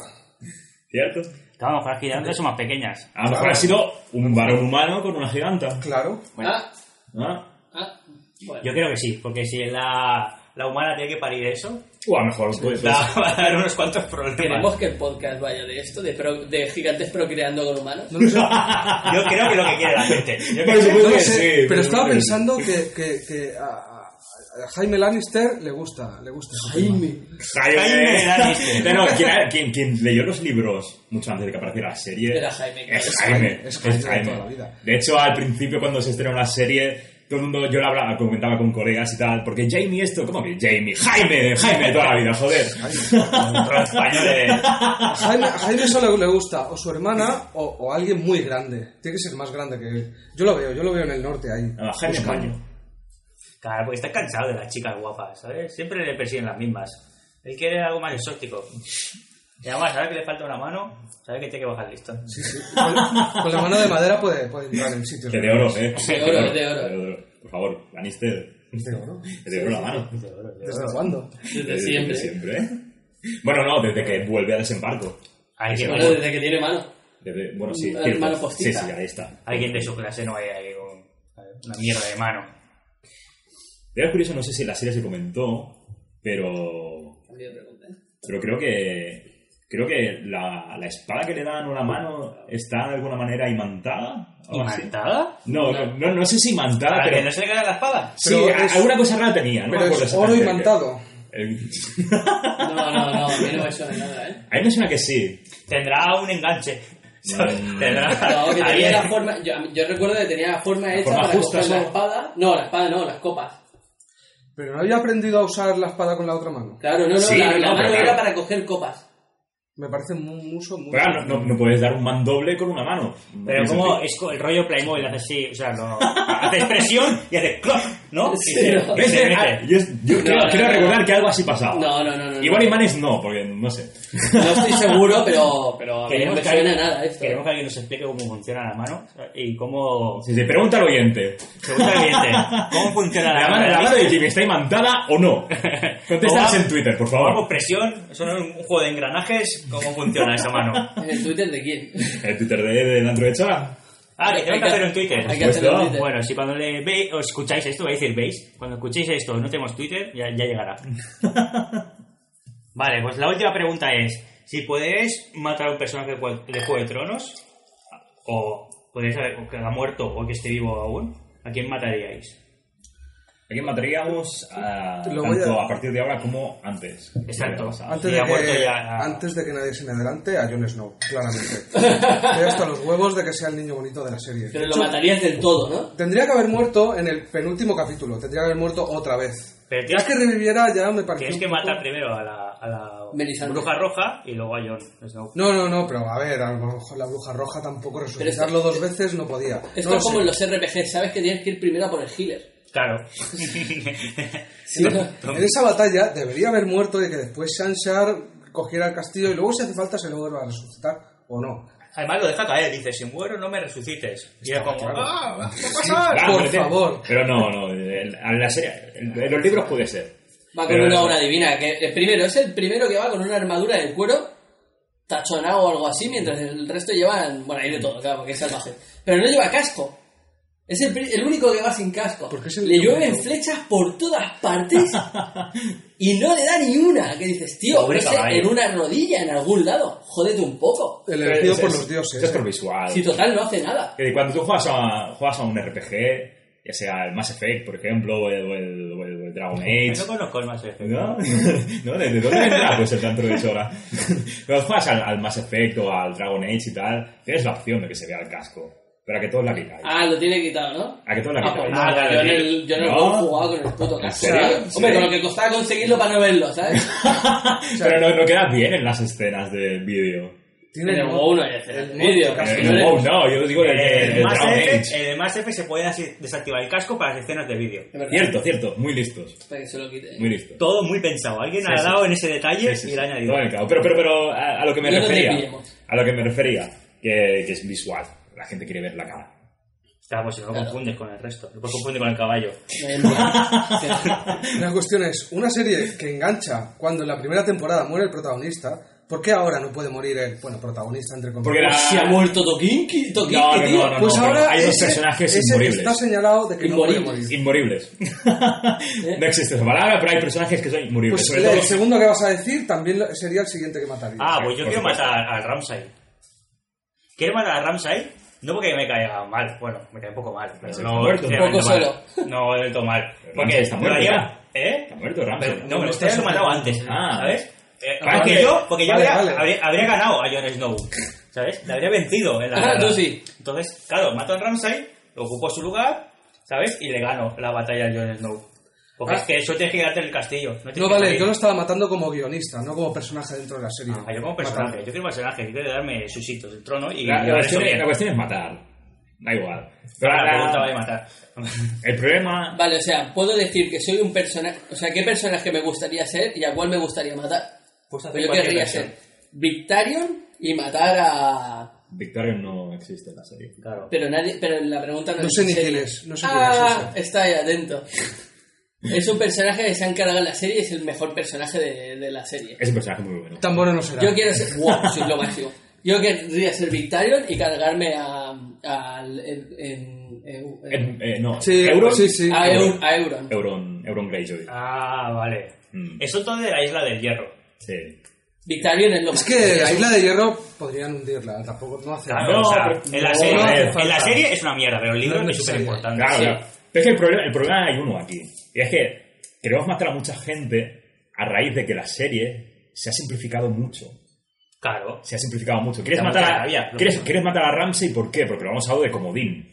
[SPEAKER 2] ¿Cierto?
[SPEAKER 4] Claro, a lo mejor las gigantes son más pequeñas.
[SPEAKER 2] A lo mejor ha sido un varón humano con una giganta.
[SPEAKER 1] Claro.
[SPEAKER 3] Ah,
[SPEAKER 2] ¿no?
[SPEAKER 3] ah. Bueno.
[SPEAKER 4] Yo creo que sí, porque si la, la humana tiene que parir eso,
[SPEAKER 2] O a lo mejor pues,
[SPEAKER 4] la, va a dar unos cuantos problemas.
[SPEAKER 3] Queremos que el podcast vaya de esto, de, pro- de gigantes procreando con humanos.
[SPEAKER 1] No lo sé.
[SPEAKER 4] Yo creo que es lo que quiere la gente. Yo
[SPEAKER 2] Por
[SPEAKER 4] creo
[SPEAKER 1] Pues, No
[SPEAKER 2] supuesto.
[SPEAKER 4] que...
[SPEAKER 1] lo
[SPEAKER 2] Sí,
[SPEAKER 1] sé,
[SPEAKER 2] sí,
[SPEAKER 1] pero
[SPEAKER 2] pero-
[SPEAKER 1] estaba pensando que, que- que a, a- a Jaime Lannister le gusta, le gusta. ese tema.
[SPEAKER 4] Jaime Lannister.
[SPEAKER 2] pues, No, no, quien, quien- quien leyó los libros mucho antes de que apareciera la serie
[SPEAKER 3] Era Jaime, claro.
[SPEAKER 2] es Jaime,
[SPEAKER 1] Es Jaime
[SPEAKER 2] es Jaime.
[SPEAKER 1] de toda la vida.
[SPEAKER 2] De hecho, al principio cuando se estrenó la serie, todo el mundo, yo la hablaba, comentaba con colegas y tal, porque Jamie esto, ¿cómo que Jamie? Jaime, Jaime de toda la vida, joder.
[SPEAKER 4] Los españoles.
[SPEAKER 1] A Jaime, a Jaime solo le gusta o su hermana o, o alguien muy grande. Tiene que ser más grande que él. Yo lo veo, yo lo veo en el norte ahí.
[SPEAKER 2] No, Jaime
[SPEAKER 1] buscando.
[SPEAKER 2] Maño.
[SPEAKER 4] Claro, porque está cansado de las chicas guapas, ¿sabes? Siempre le persiguen las mismas. Él quiere algo más exótico. Y además, ahora que le falta una mano, sabe que tiene que bajar listo.
[SPEAKER 1] Sí, sí. Con, con la mano de madera puede, puede entrar en sitios.
[SPEAKER 2] Que de oro, eh.
[SPEAKER 3] De oro, de oro.
[SPEAKER 2] Por favor, Lannister,
[SPEAKER 1] De oro.
[SPEAKER 2] que de oro la mano.
[SPEAKER 1] ¿Desde cuándo?
[SPEAKER 3] Desde siempre.
[SPEAKER 2] siempre, ¿eh? Bueno, no, desde que vuelve a desembarco.
[SPEAKER 4] Hay quien,
[SPEAKER 3] Bueno, desde que tiene mano.
[SPEAKER 2] Desde- bueno, sí.
[SPEAKER 3] La
[SPEAKER 2] Tirso.
[SPEAKER 3] mano
[SPEAKER 2] sí,
[SPEAKER 3] postita.
[SPEAKER 2] sí, ahí está.
[SPEAKER 4] alguien de su clase no haya ido a una mierda de mano.
[SPEAKER 2] Era curioso, no sé si en la serie se comentó, pero. Pero creo que. Creo que la, la espada que le dan o la mano está de alguna manera imantada. o algo así.
[SPEAKER 4] ¿Imantada?
[SPEAKER 2] No, no, no, no sé si imantada,
[SPEAKER 4] ¿Para que
[SPEAKER 2] pero.
[SPEAKER 4] no se le caiga la espada?
[SPEAKER 2] Sí, ah.
[SPEAKER 1] Pero es-
[SPEAKER 2] alguna cosa rara tenía, ¿no? me
[SPEAKER 1] Pero
[SPEAKER 2] acuerdo
[SPEAKER 1] es oro
[SPEAKER 2] exactamente qué.
[SPEAKER 1] imantado.
[SPEAKER 2] El-
[SPEAKER 3] No, no, no, a mí no me suena nada, ¿eh?
[SPEAKER 2] Eh, A mí me suena que sí.
[SPEAKER 4] Tendrá un enganche. ¿sabes?
[SPEAKER 2] Mm.
[SPEAKER 4] Tendrá.
[SPEAKER 3] No, que tenía
[SPEAKER 4] alguien-
[SPEAKER 3] la forma. Yo, yo recuerdo que tenía la forma hecha
[SPEAKER 2] forma
[SPEAKER 3] para
[SPEAKER 2] justa,
[SPEAKER 3] coger la
[SPEAKER 2] ¿no?
[SPEAKER 3] espada. No, la espada no, las copas.
[SPEAKER 1] Pero no había aprendido a usar la espada con la otra mano.
[SPEAKER 3] Claro, no, no,
[SPEAKER 2] Sí,
[SPEAKER 3] la, la
[SPEAKER 2] no,
[SPEAKER 3] mano
[SPEAKER 2] pero
[SPEAKER 3] era
[SPEAKER 2] claro.
[SPEAKER 3] para coger copas.
[SPEAKER 1] Me parece un uso muy...
[SPEAKER 2] Claro, no, no- no puedes dar un man doble con una mano.
[SPEAKER 4] Pero
[SPEAKER 2] No tiene
[SPEAKER 4] como
[SPEAKER 2] sentido.
[SPEAKER 4] es co- el rollo Playmobil, hace así, o sea, no, haces presión y haces clock, ¿no?
[SPEAKER 3] Sí,
[SPEAKER 4] y se,
[SPEAKER 3] no.
[SPEAKER 4] se
[SPEAKER 2] ¿Ves?
[SPEAKER 4] mete.
[SPEAKER 2] Ah, yo yo
[SPEAKER 3] No,
[SPEAKER 2] creo-
[SPEAKER 3] no,
[SPEAKER 2] quiero
[SPEAKER 3] no.
[SPEAKER 2] recordar que algo así pasaba.
[SPEAKER 3] No, no, no, no. no.
[SPEAKER 2] Igual imanes no, porque no sé.
[SPEAKER 3] No estoy seguro, pero, pero a mí no
[SPEAKER 4] Queremos
[SPEAKER 3] me
[SPEAKER 4] que,
[SPEAKER 3] suena
[SPEAKER 4] alguien,
[SPEAKER 3] nada esto. eh.
[SPEAKER 4] queremos que alguien nos explique cómo funciona la mano y cómo.
[SPEAKER 2] Si se pregunta al oyente,
[SPEAKER 4] Seguramente, ¿cómo funciona la,
[SPEAKER 2] ¿la mano, la mano de Jimmy está imantada o no? Contéstanos en Twitter, por
[SPEAKER 4] ¿Cómo hago
[SPEAKER 2] favor.
[SPEAKER 4] presión? ¿Eso no es un juego de engranajes? ¿Cómo funciona esa mano?
[SPEAKER 3] ¿El Twitter de quién?
[SPEAKER 2] El Twitter de, de Andrew Echoa.
[SPEAKER 4] Ah, que tengo que hacerlo en Twitter.
[SPEAKER 3] Hay que hacerlo en
[SPEAKER 2] Supuesto.
[SPEAKER 3] Twitter.
[SPEAKER 4] Bueno, si cuando le veis, os escucháis esto, vais a decir veis. Cuando escuchéis esto, no tenemos Twitter, ya, ya llegará. vale, pues la última pregunta es: si podéis matar a un personaje de Jue- de Juego de Tronos, o podéis saber o que ha muerto o que esté vivo aún, ¿a quién mataríais?
[SPEAKER 2] ¿A quién mataríamos a-
[SPEAKER 1] Lo voy
[SPEAKER 2] tanto
[SPEAKER 1] a-
[SPEAKER 2] a partir de ahora como antes?
[SPEAKER 4] Exacto.
[SPEAKER 1] Antes
[SPEAKER 4] Y
[SPEAKER 1] de,
[SPEAKER 4] ha muerto
[SPEAKER 1] que,
[SPEAKER 4] ya-
[SPEAKER 1] antes de que nadie se me adelante, a Jon Snow, claramente. Estoy hasta los huevos de que sea el niño bonito de la serie.
[SPEAKER 3] Pero lo matarías del todo, ¿no?
[SPEAKER 1] Tendría que haber muerto en el penúltimo capítulo, tendría que haber muerto otra vez.
[SPEAKER 4] Pero
[SPEAKER 1] Ya
[SPEAKER 4] tienes
[SPEAKER 1] que reviviera ya me pareció...
[SPEAKER 4] Tienes que
[SPEAKER 1] un poco-
[SPEAKER 4] matar primero a la, a la
[SPEAKER 3] Melisandre.
[SPEAKER 4] bruja roja y luego a Jon. Snow.
[SPEAKER 1] No, no, no, pero a ver, a lo mejor la bruja roja tampoco resucitarlo dos veces no podía.
[SPEAKER 3] Esto
[SPEAKER 1] No lo
[SPEAKER 3] es como
[SPEAKER 1] sé.
[SPEAKER 3] en los RPG, sabes que tienes que ir primero a por el healer.
[SPEAKER 4] Claro.
[SPEAKER 1] Sí, en esa batalla debería haber muerto y que después Sanshar cogiera el castillo y luego si hace falta se lo vuelva a resucitar o no.
[SPEAKER 4] Además lo deja caer, dice, si muero no me resucites. Y es como, "Ah,
[SPEAKER 2] Claro,
[SPEAKER 1] Por
[SPEAKER 2] pero te-
[SPEAKER 1] favor.
[SPEAKER 2] Pero no, no. el- a la serie- el- en los libros puede ser.
[SPEAKER 3] Va con
[SPEAKER 2] Pero-
[SPEAKER 3] una obra divina, que es primero, es el primero que va con una armadura de cuero tachonado o algo así, mientras el resto llevan, bueno, hay de todo, claro, porque es salvaje. Pero no lleva casco. Es el, pri- el único que va sin casco.
[SPEAKER 1] Porque es el
[SPEAKER 3] le
[SPEAKER 1] único
[SPEAKER 3] llueven
[SPEAKER 1] que-
[SPEAKER 3] flechas por todas partes y no le da ni una. Que dices, tío,
[SPEAKER 4] Pobre
[SPEAKER 3] no sé,
[SPEAKER 4] caballo.
[SPEAKER 3] en una rodilla, en algún lado. Jódete un poco.
[SPEAKER 1] El
[SPEAKER 2] Pero
[SPEAKER 1] elegido
[SPEAKER 2] es-
[SPEAKER 1] por
[SPEAKER 2] es-
[SPEAKER 1] los dioses. ¿eh?
[SPEAKER 2] Es por visual.
[SPEAKER 3] Si total no hace nada.
[SPEAKER 2] Que cuando tú juegas a, juegas a un RPG, ya sea el Mass Effect, por ejemplo, o el, o el- o el- o el Dragon Age,
[SPEAKER 4] no conozco el más Effect.
[SPEAKER 2] ¿no? ¿No? ¿De, de dónde vendrá pues, el tanto de hora? Cuando juegas al, al Mass Effect o al Dragon Age y tal, tienes la opción de que se vea el casco, pero a que todos la quitáis.
[SPEAKER 3] Ah, lo tiene quitado, ¿no?
[SPEAKER 2] A que todos la
[SPEAKER 3] Ah, pues
[SPEAKER 2] quitáis.
[SPEAKER 3] no,
[SPEAKER 4] Ah, claro,
[SPEAKER 3] yo en
[SPEAKER 4] sí.
[SPEAKER 3] el, yo en el
[SPEAKER 2] No.
[SPEAKER 3] juego jugaba con el puto
[SPEAKER 2] ¿En
[SPEAKER 3] casco.
[SPEAKER 2] serio?
[SPEAKER 3] ¿sabes? Hombre,
[SPEAKER 2] Sí.
[SPEAKER 3] con lo que costaba conseguirlo para no verlo, ¿sabes?
[SPEAKER 4] Ah,
[SPEAKER 2] pero no, no queda bien en las escenas de vídeo.
[SPEAKER 3] en
[SPEAKER 1] Tiene
[SPEAKER 3] el WoW no hay
[SPEAKER 1] el
[SPEAKER 3] el vídeo.
[SPEAKER 1] monstruo
[SPEAKER 3] casi
[SPEAKER 2] Pero
[SPEAKER 3] no
[SPEAKER 2] en
[SPEAKER 3] eres-
[SPEAKER 2] el WoW no, yo digo
[SPEAKER 4] En
[SPEAKER 2] el, el-
[SPEAKER 4] el
[SPEAKER 2] Eh, el
[SPEAKER 4] Mass
[SPEAKER 2] Dragon
[SPEAKER 4] Effect-
[SPEAKER 2] Age.
[SPEAKER 4] en el Mass Effect se puede así desactivar el casco para las escenas de vídeo.
[SPEAKER 3] Es verdad.
[SPEAKER 2] Cierto, cierto, muy listos,
[SPEAKER 3] Para que se lo quite.
[SPEAKER 2] muy listos.
[SPEAKER 4] Todo muy pensado. Alguien
[SPEAKER 2] Sí,
[SPEAKER 4] ha
[SPEAKER 2] sí.
[SPEAKER 4] dado en ese detalle
[SPEAKER 2] Sí, sí,
[SPEAKER 4] y
[SPEAKER 2] sí.
[SPEAKER 4] lo ha añadido.
[SPEAKER 2] Todo en el cabo. Pero, pero, pero a, a lo que me
[SPEAKER 3] No nos
[SPEAKER 2] refería.
[SPEAKER 3] desviemos.
[SPEAKER 2] A lo que me refería, que, que es visual. La gente quiere ver la cara.
[SPEAKER 4] Está, pues si no lo
[SPEAKER 3] Claro.
[SPEAKER 4] confundes con el resto. Lo confunde con el caballo.
[SPEAKER 3] No hay más. Cierto.
[SPEAKER 1] La cuestión es, una serie que engancha cuando en la primera temporada muere el protagonista, ¿por qué ahora no puede morir el, bueno, protagonista entre comillas?
[SPEAKER 2] Porque la-
[SPEAKER 3] Se ha muerto Tokinki, Tokinki,
[SPEAKER 2] No, no,
[SPEAKER 3] tío.
[SPEAKER 2] no, no.
[SPEAKER 1] pues
[SPEAKER 2] pero
[SPEAKER 1] ahora
[SPEAKER 2] hay dos
[SPEAKER 1] ese-
[SPEAKER 2] personajes
[SPEAKER 1] ese
[SPEAKER 2] inmoribles.
[SPEAKER 1] está señalado de que no puede
[SPEAKER 3] Inmoribles.
[SPEAKER 1] morir.
[SPEAKER 2] Inmoribles. No existe esa palabra, pero hay personajes que son inmoribles.
[SPEAKER 1] Pues
[SPEAKER 2] sobre
[SPEAKER 1] el,
[SPEAKER 2] todo
[SPEAKER 1] el segundo que vas a decir también lo- sería el siguiente que mataría.
[SPEAKER 4] Ah, pues yo
[SPEAKER 2] Por
[SPEAKER 4] quiero
[SPEAKER 2] supuesto.
[SPEAKER 4] matar al Ramsay. Quiero matar al Ramsay, no porque me caiga mal, bueno, me cae un poco mal, pero
[SPEAKER 2] Está
[SPEAKER 4] no
[SPEAKER 2] muerto.
[SPEAKER 4] sinceramente
[SPEAKER 3] Un poco
[SPEAKER 4] mal.
[SPEAKER 3] solo.
[SPEAKER 4] No del todo mal.
[SPEAKER 2] Ramsay
[SPEAKER 4] Porque
[SPEAKER 2] está muerto
[SPEAKER 4] molaría-
[SPEAKER 2] ya.
[SPEAKER 4] ¿Eh?
[SPEAKER 2] Está muerto Ramsay.
[SPEAKER 4] Pero, no, me lo
[SPEAKER 1] está
[SPEAKER 4] habría matado
[SPEAKER 1] muerto.
[SPEAKER 4] antes,
[SPEAKER 2] Ah.
[SPEAKER 4] ¿sabes? Eh,
[SPEAKER 2] Ah,
[SPEAKER 4] porque
[SPEAKER 2] vale.
[SPEAKER 4] yo, porque yo
[SPEAKER 1] Vale,
[SPEAKER 4] habría,
[SPEAKER 1] vale.
[SPEAKER 4] habría- habría ganado a Jon Snow, ¿sabes? Le habría vencido en la
[SPEAKER 3] Ah,
[SPEAKER 4] guerra.
[SPEAKER 3] tú sí.
[SPEAKER 4] Entonces, claro, mato a Ramsay, ocupo su lugar, ¿sabes? Y le gano la batalla a Jon Snow. Porque
[SPEAKER 1] Ah.
[SPEAKER 4] es que eso tienes que quedarte en el castillo. No, tienes
[SPEAKER 1] no,
[SPEAKER 4] que
[SPEAKER 1] vale,
[SPEAKER 4] salir.
[SPEAKER 1] yo lo estaba matando como guionista, no como personaje dentro de la serie.
[SPEAKER 4] Ah, yo como personaje, yo quiero personaje, yo quiero darme sus hitos, el trono y
[SPEAKER 2] La, la
[SPEAKER 4] llevar eso
[SPEAKER 2] cuestión,
[SPEAKER 4] bien.
[SPEAKER 2] la cuestión es matar. Da igual. Pero
[SPEAKER 4] La
[SPEAKER 2] la-
[SPEAKER 4] pregunta va a matar.
[SPEAKER 2] el problema.
[SPEAKER 3] Vale, o sea, puedo decir que soy un personaje. O sea, ¿qué personaje me gustaría ser y a cuál me gustaría matar?
[SPEAKER 4] Pues hacer
[SPEAKER 3] Pues yo
[SPEAKER 4] cualquier
[SPEAKER 3] querría
[SPEAKER 4] versión.
[SPEAKER 3] ser Victarion y matar a.
[SPEAKER 2] Victorion no existe en la serie.
[SPEAKER 4] Claro.
[SPEAKER 3] Pero nadie. Pero la pregunta no,
[SPEAKER 1] No
[SPEAKER 3] es
[SPEAKER 1] sé ni
[SPEAKER 3] seria.
[SPEAKER 1] quién es, no sé quién es
[SPEAKER 3] ah, está ahí adentro. Es un personaje que se han cargado en la serie y es el mejor personaje de, de la serie.
[SPEAKER 2] Es un personaje muy bueno.
[SPEAKER 1] Tan bueno no será.
[SPEAKER 3] Yo quiero ser. ¡Wow! Soy lo máximo. Yo querría ser Victarion y cargarme a. al- en- en- en-
[SPEAKER 2] Eh, eh, no,
[SPEAKER 1] Sí,
[SPEAKER 2] Euron,
[SPEAKER 1] sí, sí.
[SPEAKER 3] a, Eu- a Euron.
[SPEAKER 2] Euron, Euron Greyjoy.
[SPEAKER 4] Ah, vale.
[SPEAKER 2] Mm.
[SPEAKER 4] Eso todo de la isla del hierro.
[SPEAKER 2] Sí.
[SPEAKER 3] Victarion es lo
[SPEAKER 1] Es
[SPEAKER 3] máximo.
[SPEAKER 1] que la isla de hierro podrían hundirla, tampoco no hace
[SPEAKER 4] Claro,
[SPEAKER 2] No,
[SPEAKER 4] o sea,
[SPEAKER 2] pero-
[SPEAKER 4] en, la
[SPEAKER 2] no,
[SPEAKER 4] serie,
[SPEAKER 2] no hace
[SPEAKER 4] en
[SPEAKER 1] falta.
[SPEAKER 4] la serie es una mierda, pero el libro
[SPEAKER 1] No es
[SPEAKER 4] es súper importante.
[SPEAKER 2] Claro,
[SPEAKER 3] Sí.
[SPEAKER 2] claro. Pero es que el problema, el problema hay uno aquí. Y es que queremos matar a mucha gente a raíz de que la serie se ha simplificado mucho.
[SPEAKER 4] Claro.
[SPEAKER 2] Se ha simplificado mucho. ¿Quieres
[SPEAKER 4] Da
[SPEAKER 2] matar
[SPEAKER 4] mucha
[SPEAKER 2] a,
[SPEAKER 4] rabia, lo
[SPEAKER 2] ¿quieres,
[SPEAKER 4] mismo.
[SPEAKER 2] quieres matar a Ramsey? ¿Por qué? Porque lo hemos usado de comodín.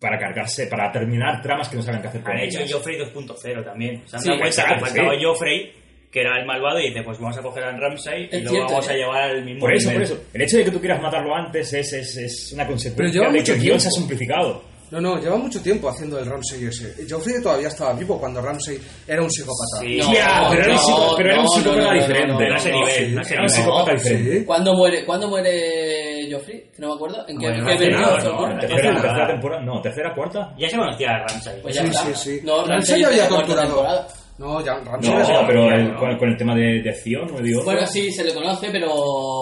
[SPEAKER 2] Para cargarse, para terminar tramas que no saben qué hacer con
[SPEAKER 4] Han Ah, hecho
[SPEAKER 2] ellas.
[SPEAKER 4] Joffrey 2.0 también. Se han
[SPEAKER 3] Sí,
[SPEAKER 4] dado cuenta que
[SPEAKER 2] exacto,
[SPEAKER 4] faltaba
[SPEAKER 2] sí.
[SPEAKER 4] Joffrey, que era el malvado, y dice, pues vamos a coger a Ramsay y
[SPEAKER 3] Es
[SPEAKER 4] lo
[SPEAKER 3] cierto,
[SPEAKER 4] vamos a
[SPEAKER 3] ¿eh?
[SPEAKER 4] llevar al mismo
[SPEAKER 2] Por eso, por
[SPEAKER 4] nivel.
[SPEAKER 2] eso. El hecho de que tú quieras matarlo antes es, es, es una consecuencia
[SPEAKER 1] lleva
[SPEAKER 2] de que
[SPEAKER 1] mucho
[SPEAKER 2] el guión se ha
[SPEAKER 1] tiempo.
[SPEAKER 2] simplificado.
[SPEAKER 1] No, no, lleva mucho tiempo haciendo el Ramsey ese. Joffrey todavía estaba vivo cuando Ramsey era un psicópata.
[SPEAKER 4] Sí.
[SPEAKER 3] No,
[SPEAKER 2] Ya, pero era un
[SPEAKER 3] no,
[SPEAKER 2] psico- pero era un
[SPEAKER 3] no,
[SPEAKER 2] psicópata
[SPEAKER 3] no, no, no,
[SPEAKER 2] diferente.
[SPEAKER 3] no, no,
[SPEAKER 4] Era ese
[SPEAKER 3] no.
[SPEAKER 4] nivel.
[SPEAKER 1] sí.
[SPEAKER 4] no sé,
[SPEAKER 2] Era
[SPEAKER 4] no
[SPEAKER 2] un
[SPEAKER 4] sé.
[SPEAKER 2] psicópata
[SPEAKER 1] Sí.
[SPEAKER 2] diferente.
[SPEAKER 3] ¿Cuándo muere, ¿Cuándo muere Joffrey? Que no me acuerdo. ¿En qué,
[SPEAKER 4] Bueno,
[SPEAKER 3] qué
[SPEAKER 4] hace
[SPEAKER 3] periodo?
[SPEAKER 4] nada,
[SPEAKER 3] ¿Se
[SPEAKER 4] ¿no?
[SPEAKER 3] acuerda?
[SPEAKER 4] Tercera
[SPEAKER 2] Tercera, tercera
[SPEAKER 4] temporada.
[SPEAKER 2] temporada. No, tercera, cuarta.
[SPEAKER 4] Ya se conocía a Ramsay.
[SPEAKER 3] Pues ya
[SPEAKER 1] Sí, sí,
[SPEAKER 3] está.
[SPEAKER 1] sí.
[SPEAKER 3] No,
[SPEAKER 1] Ramsey
[SPEAKER 3] Ramsey
[SPEAKER 1] ya había
[SPEAKER 3] empezó cuarta
[SPEAKER 1] torturado.
[SPEAKER 3] temporada.
[SPEAKER 1] No, ya Ramsey
[SPEAKER 2] No,
[SPEAKER 4] sí,
[SPEAKER 2] pero
[SPEAKER 4] sí,
[SPEAKER 2] el-
[SPEAKER 4] no.
[SPEAKER 2] Con, con el tema de, de Zion o de otro,
[SPEAKER 3] Bueno, sí, se le conoce, pero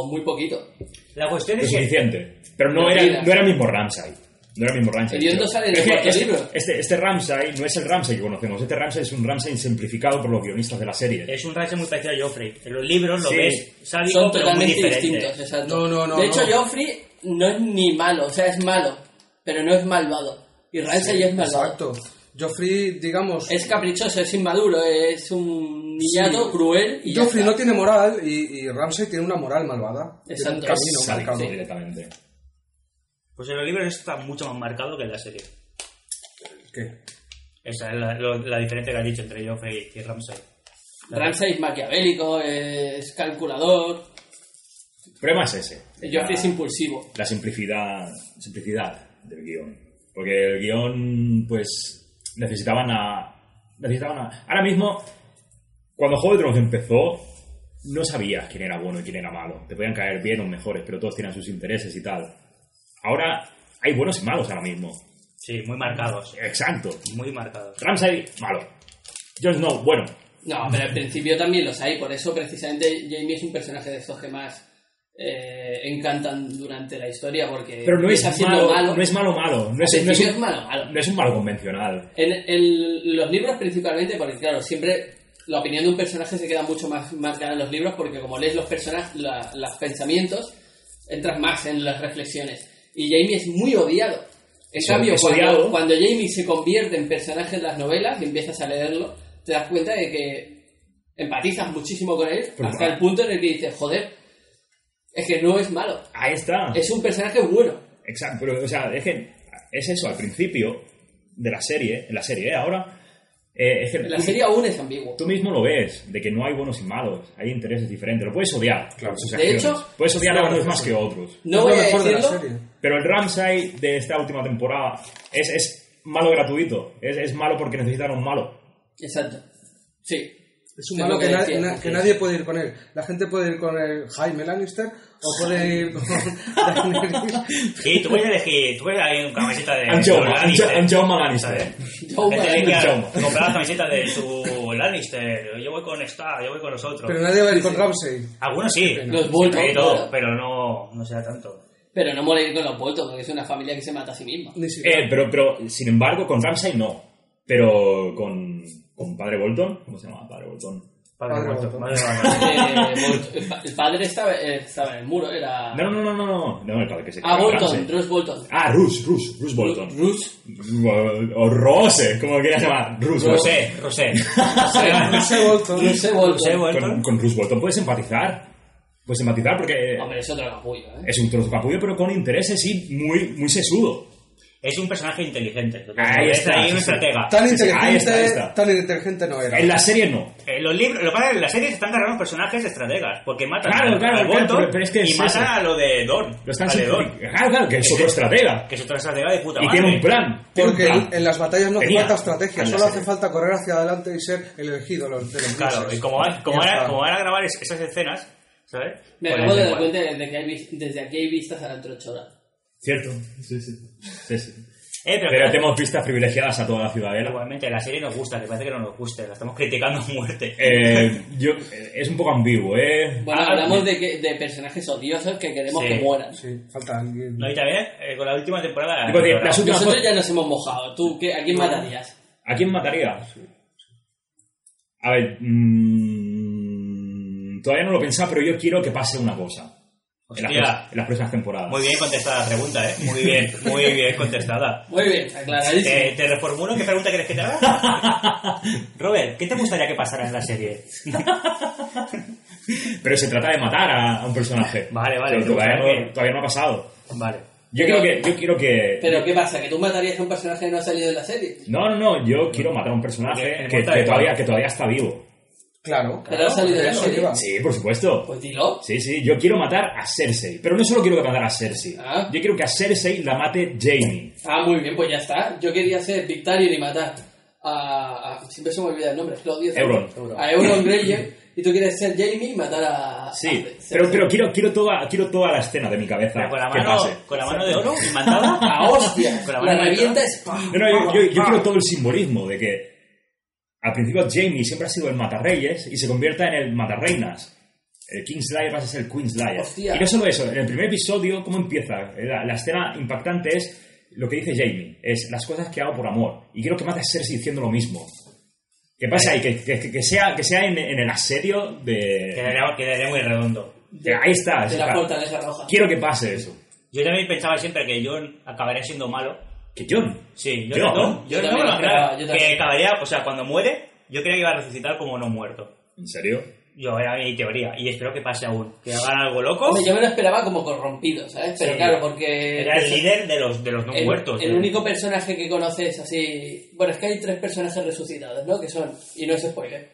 [SPEAKER 3] muy poquito.
[SPEAKER 4] La cuestión
[SPEAKER 2] es
[SPEAKER 4] es que
[SPEAKER 2] suficiente. Pero no
[SPEAKER 3] Mentira.
[SPEAKER 2] era, no era el mismo Ramsay. No era el mismo Ramsay.
[SPEAKER 3] El guion
[SPEAKER 2] tío.
[SPEAKER 3] no sale
[SPEAKER 2] Pero
[SPEAKER 3] del
[SPEAKER 2] es que
[SPEAKER 3] cuarto
[SPEAKER 2] este,
[SPEAKER 3] libro.
[SPEAKER 2] Este, este Ramsay no es el Ramsay que conocemos. Este Ramsay es un Ramsay simplificado por los guionistas de la serie.
[SPEAKER 4] es un Ramsay muy parecido a Joffrey. En los libros lo
[SPEAKER 2] Sí.
[SPEAKER 4] ves sádico,
[SPEAKER 3] Son
[SPEAKER 4] pero muy
[SPEAKER 3] totalmente
[SPEAKER 4] diferente.
[SPEAKER 3] distintos, exacto.
[SPEAKER 1] No, no, no,
[SPEAKER 3] de hecho,
[SPEAKER 1] no.
[SPEAKER 3] Joffrey no es ni malo, o sea, es malo, pero no es malvado. Y Ramsay es malvado.
[SPEAKER 1] Exacto. Joffrey, digamos.
[SPEAKER 3] Es caprichoso, es inmaduro, es un niñato cruel y ya
[SPEAKER 1] Joffrey
[SPEAKER 3] está.
[SPEAKER 1] no tiene moral y, y Ramsey tiene una moral malvada. Tiene un
[SPEAKER 3] Exacto.
[SPEAKER 1] camino
[SPEAKER 2] Sádico
[SPEAKER 1] marcado.
[SPEAKER 2] directamente.
[SPEAKER 4] Pues en los libros está mucho más marcado que en la serie.
[SPEAKER 1] ¿Qué?
[SPEAKER 4] Esa es la, lo- la diferencia que has dicho entre Joffrey y Ramsay.
[SPEAKER 3] Ramsay es maquiavélico, es calculador,
[SPEAKER 2] El problema es ese.
[SPEAKER 3] Joffrey es impulsivo.
[SPEAKER 2] la simplicidad, simplicidad del guión. Porque el guión, pues, necesitaban a... Necesitaban a... Ahora mismo, cuando Juego de Tronos empezó, no sabías quién era bueno y quién era malo. Te podían caer bien o mejores, pero todos tienen sus intereses y tal. Ahora hay buenos y malos ahora mismo.
[SPEAKER 4] Sí, muy marcados.
[SPEAKER 2] Exacto.
[SPEAKER 4] Muy marcados.
[SPEAKER 2] Ramsay, malo. Jon Snow, bueno.
[SPEAKER 3] No, pero al principio también los hay, por eso precisamente Jamie es un personaje de estos que más eh, encantan durante la historia, porque
[SPEAKER 2] Pero no es,
[SPEAKER 3] empieza Eh, siendo
[SPEAKER 2] malo, no es malo malo. No es,
[SPEAKER 3] Al
[SPEAKER 2] no es
[SPEAKER 3] principio
[SPEAKER 2] un-
[SPEAKER 3] es malo, malo.
[SPEAKER 2] no es un malo convencional.
[SPEAKER 3] En, en los libros principalmente, porque claro, siempre la opinión de un personaje se queda mucho más marcada en los libros porque como lees los personajes, los pensamientos, entras más en las reflexiones. Y Jamie es muy odiado. En
[SPEAKER 2] Sí,
[SPEAKER 3] cambio,
[SPEAKER 2] es
[SPEAKER 3] cuando,
[SPEAKER 2] odiado.
[SPEAKER 3] cuando Jamie se convierte en personaje de las novelas y empiezas a leerlo, te das cuenta de que empatizas muchísimo con él
[SPEAKER 2] Pero
[SPEAKER 3] hasta
[SPEAKER 2] va.
[SPEAKER 3] el punto en el que dices, joder, es que no es malo,
[SPEAKER 2] Ahí está.
[SPEAKER 3] es un personaje bueno.
[SPEAKER 2] Exacto, pero, o sea, es que es eso, al principio de la serie, en la serie, ¿eh? ahora, eh, es que
[SPEAKER 3] La
[SPEAKER 2] tú,
[SPEAKER 3] serie aún es ambigua.
[SPEAKER 2] tú mismo lo ves, de que no hay buenos y malos, hay intereses diferentes, lo puedes odiar, claro, sus
[SPEAKER 3] De
[SPEAKER 2] acciones.
[SPEAKER 3] hecho,
[SPEAKER 2] puedes odiar a
[SPEAKER 3] claro,
[SPEAKER 2] unos más que a otros.
[SPEAKER 3] No
[SPEAKER 1] es
[SPEAKER 3] voy
[SPEAKER 1] lo
[SPEAKER 3] a
[SPEAKER 1] mejor de la
[SPEAKER 3] decirlo,
[SPEAKER 1] serie.
[SPEAKER 2] Pero el Ramsay de esta última temporada es, es malo gratuito, es, es malo porque necesitan a un malo.
[SPEAKER 3] Exacto. Sí.
[SPEAKER 1] Es un
[SPEAKER 3] Es
[SPEAKER 1] malo
[SPEAKER 3] lo
[SPEAKER 1] que,
[SPEAKER 3] que
[SPEAKER 1] na-
[SPEAKER 3] decía,
[SPEAKER 1] na-
[SPEAKER 3] sí.
[SPEAKER 1] que nadie puede ir con él. La gente puede ir con el Jaime Lannister o puede ir con Daenerys.
[SPEAKER 4] Sí, tú puedes elegir, tú puedes ahí una camiseta de
[SPEAKER 2] And
[SPEAKER 4] su
[SPEAKER 2] Jaume, and Ja-
[SPEAKER 4] Lannister.
[SPEAKER 2] and Jaume Lannister.
[SPEAKER 3] Yo,
[SPEAKER 4] La gente que
[SPEAKER 2] Jaume.
[SPEAKER 4] comprar la camiseta de su Lannister. Yo voy con Stark, yo voy con los otros.
[SPEAKER 1] Pero nadie va a ir con Ramsey.
[SPEAKER 4] Algunos sí,
[SPEAKER 3] Los Bolton,
[SPEAKER 4] sí, todo,
[SPEAKER 3] claro.
[SPEAKER 4] pero no, no sea tanto.
[SPEAKER 3] Pero no morir con los vueltos, porque es una familia que se mata a sí misma.
[SPEAKER 1] Ni
[SPEAKER 2] Eh,
[SPEAKER 1] siquiera.
[SPEAKER 2] pero, pero, sin embargo, con Ramsay no, pero con, con Padre Bolton, ¿cómo se llama Padre Bolton?
[SPEAKER 4] Padre
[SPEAKER 1] Padre
[SPEAKER 4] muerto,
[SPEAKER 1] muerto.
[SPEAKER 4] madre
[SPEAKER 3] Eh,
[SPEAKER 4] mía.
[SPEAKER 3] Bolt- Eh, el pa- el padre estaba, eh, estaba en el muro, era...
[SPEAKER 2] No, no, no, no, no, no, el padre que se
[SPEAKER 3] ah,
[SPEAKER 2] caga,
[SPEAKER 3] Bolton,
[SPEAKER 2] Ramsay.
[SPEAKER 3] Bruce Bolton.
[SPEAKER 2] Ah, Rus, Rus, Rus Bolton.
[SPEAKER 3] Bruce.
[SPEAKER 2] O Rose, como lo quieras llamar. Rus Bolton.
[SPEAKER 4] Rosé, Rosé.
[SPEAKER 1] Ramsey Bolton.
[SPEAKER 3] Bruce Bolton.
[SPEAKER 4] Rosé Bolton.
[SPEAKER 2] Con, con Rus Bolton puedes empatizar. Puedes empatizar porque
[SPEAKER 3] Hombre, es otro capullo, ¿eh?
[SPEAKER 2] es un trozo de capullo, pero con intereses y muy, muy sesudo.
[SPEAKER 4] Es un personaje inteligente.
[SPEAKER 2] Ahí
[SPEAKER 4] Es
[SPEAKER 2] está,
[SPEAKER 4] ahí
[SPEAKER 2] sí,
[SPEAKER 4] un
[SPEAKER 2] sí.
[SPEAKER 4] estratega.
[SPEAKER 1] Tan
[SPEAKER 2] Sí, sí, ahí
[SPEAKER 1] inteligente,
[SPEAKER 2] está, ahí está.
[SPEAKER 1] tan inteligente no era.
[SPEAKER 2] En la serie no.
[SPEAKER 4] Eh, los libros, lo que pasa es que en la serie se están cargando personajes estrategas, porque matan
[SPEAKER 2] Claro,
[SPEAKER 4] a,
[SPEAKER 2] claro,
[SPEAKER 4] a
[SPEAKER 2] claro,
[SPEAKER 4] Bolton
[SPEAKER 2] pero- pero es que
[SPEAKER 4] y
[SPEAKER 2] es
[SPEAKER 4] matan
[SPEAKER 2] eso.
[SPEAKER 4] a lo de Don,
[SPEAKER 2] Lo están
[SPEAKER 4] a de Don,
[SPEAKER 2] simplificando. Claro, claro, que es otro estratega.
[SPEAKER 4] que es otra estratega de puta
[SPEAKER 2] Y
[SPEAKER 4] madre.
[SPEAKER 2] tiene un plan. tiene un
[SPEAKER 1] Porque
[SPEAKER 2] plan.
[SPEAKER 1] en las batallas no hace
[SPEAKER 2] Tenía.
[SPEAKER 1] falta estrategia,
[SPEAKER 2] En la
[SPEAKER 1] solo hace
[SPEAKER 2] serie.
[SPEAKER 1] falta correr hacia adelante y ser el elegido de los de los
[SPEAKER 4] Claro,
[SPEAKER 1] dioses.
[SPEAKER 4] y como, va- como,
[SPEAKER 1] Ya
[SPEAKER 4] van, a-
[SPEAKER 1] está.
[SPEAKER 4] como van a grabar es- esas escenas, ¿sabes?
[SPEAKER 3] Me
[SPEAKER 4] Pues
[SPEAKER 3] acabo de dar
[SPEAKER 4] les da igual.
[SPEAKER 3] cuenta de que hay vis- desde aquí hay vistas a la antrochora.
[SPEAKER 2] Cierto. Sí, sí. Sí, sí.
[SPEAKER 4] Eh, pero
[SPEAKER 2] Pero ¿eh?
[SPEAKER 4] que-
[SPEAKER 2] tenemos vistas privilegiadas a toda la ciudadela.
[SPEAKER 4] Igualmente, la serie nos gusta, que parece que no nos guste, la estamos criticando a muerte.
[SPEAKER 2] Eh, yo, eh, es un poco ambiguo, ¿eh?
[SPEAKER 3] Bueno,
[SPEAKER 4] Ah,
[SPEAKER 3] hablamos de, que, de personajes odiosos que queremos
[SPEAKER 4] Sí.
[SPEAKER 3] que mueran.
[SPEAKER 1] Sí, falta alguien.
[SPEAKER 4] No, y también eh, con la última temporada.
[SPEAKER 2] Digo, de- las últimas
[SPEAKER 3] Nosotros
[SPEAKER 2] dos-
[SPEAKER 3] ya nos hemos mojado. ¿Tú qué, a quién matarías?
[SPEAKER 2] ¿A quién mataría? A ver, mm, todavía no lo he pensado, pero yo quiero que pase una cosa. En las,
[SPEAKER 4] Hostia.
[SPEAKER 2] pro- en las próximas temporadas.
[SPEAKER 4] Muy bien contestada la pregunta, ¿eh? Muy bien, muy bien contestada.
[SPEAKER 3] Muy bien, aclaradísimo.
[SPEAKER 4] Eh, te reformulo, ¿qué pregunta quieres que te haga? Robert, ¿qué te gustaría que pasara en la serie?
[SPEAKER 2] Pero se trata de matar a, a un personaje.
[SPEAKER 4] Vale, vale,
[SPEAKER 2] Pero
[SPEAKER 4] te
[SPEAKER 2] todavía,
[SPEAKER 4] gustaría
[SPEAKER 2] no,
[SPEAKER 4] que-
[SPEAKER 2] todavía no ha pasado.
[SPEAKER 4] Vale.
[SPEAKER 2] Yo
[SPEAKER 3] Pero-
[SPEAKER 2] quiero que... Yo quiero que
[SPEAKER 3] Pero ¿qué pasa? ¿Que tú matarías a un personaje que no ha salido de la serie?
[SPEAKER 2] no, no, no. Yo quiero matar a un personaje
[SPEAKER 4] El
[SPEAKER 2] que,
[SPEAKER 4] mortal
[SPEAKER 2] que todavía,
[SPEAKER 4] Kombat.
[SPEAKER 2] que todavía está vivo.
[SPEAKER 1] Claro.
[SPEAKER 3] Pero ha salido de la
[SPEAKER 1] eso
[SPEAKER 3] serie.
[SPEAKER 1] lleva.
[SPEAKER 2] Sí, por supuesto.
[SPEAKER 3] Pues dilo.
[SPEAKER 2] Sí, sí, yo quiero matar a Cersei. Pero no solo quiero matar a Cersei.
[SPEAKER 3] Ah.
[SPEAKER 2] Yo quiero que a Cersei la mate Jamie.
[SPEAKER 3] Ah, muy bien, pues ya está. Yo quería ser Victarion y matar a... a- siempre se me olvida el nombre, Claudio.
[SPEAKER 2] Euron.
[SPEAKER 3] A Euron Greyjoy. Y tú quieres ser Jamie y matar a...
[SPEAKER 2] Sí,
[SPEAKER 3] a-
[SPEAKER 2] pero, pero quiero, quiero, toda, quiero toda la escena de mi cabeza
[SPEAKER 4] Pero con la
[SPEAKER 2] que
[SPEAKER 4] mano,
[SPEAKER 2] pase.
[SPEAKER 4] con la mano de oro y mandada.
[SPEAKER 3] ¡Ah, hostia!
[SPEAKER 4] Con
[SPEAKER 3] La,
[SPEAKER 4] la mano de oro.
[SPEAKER 3] revienta es... ¡pam!
[SPEAKER 2] No, no, yo, yo- yo quiero todo el simbolismo de que al principio Jamie siempre ha sido el matarreyes y se convierta en el matarreinas. El King's Slayer pasa a ser el Queen's Slayer.
[SPEAKER 3] Hostia.
[SPEAKER 2] Y no solo eso, en el primer episodio, ¿cómo empieza? La, la escena impactante es lo que dice Jamie, es las cosas que hago por amor. Y quiero que mate a Cersei diciendo lo mismo. ¿Qué pasa ahí? Que, que- que sea, que sea en, en el asedio de...
[SPEAKER 4] Quedaría, quedaría muy redondo.
[SPEAKER 2] de- ahí está.
[SPEAKER 3] De
[SPEAKER 2] es-
[SPEAKER 3] la fortaleza roja.
[SPEAKER 2] Quiero que pase eso.
[SPEAKER 4] Yo también pensaba siempre que John acabaría siendo malo.
[SPEAKER 2] Que John.
[SPEAKER 4] Sí, yo,
[SPEAKER 2] Yo
[SPEAKER 4] no,
[SPEAKER 2] no.
[SPEAKER 4] yo
[SPEAKER 3] Yo
[SPEAKER 4] no
[SPEAKER 3] también
[SPEAKER 4] me lo
[SPEAKER 3] lo esperaba,
[SPEAKER 4] esperaba.
[SPEAKER 3] yo
[SPEAKER 4] Que
[SPEAKER 3] también.
[SPEAKER 4] acabaría, o sea, cuando muere, yo creía que iba a resucitar como no muerto.
[SPEAKER 2] ¿En serio?
[SPEAKER 4] Yo era mi teoría, y espero que pase aún. Que hagan algo loco.
[SPEAKER 3] Hombre, yo me lo esperaba como corrompido, ¿sabes? Pero
[SPEAKER 4] Sí.
[SPEAKER 3] claro, porque...
[SPEAKER 4] Era el líder de los, de los no
[SPEAKER 3] el-
[SPEAKER 4] muertos.
[SPEAKER 3] El
[SPEAKER 4] de-
[SPEAKER 3] único personaje que conoces así... Bueno, es que hay tres personajes resucitados, ¿no? Que son... Y no es spoiler.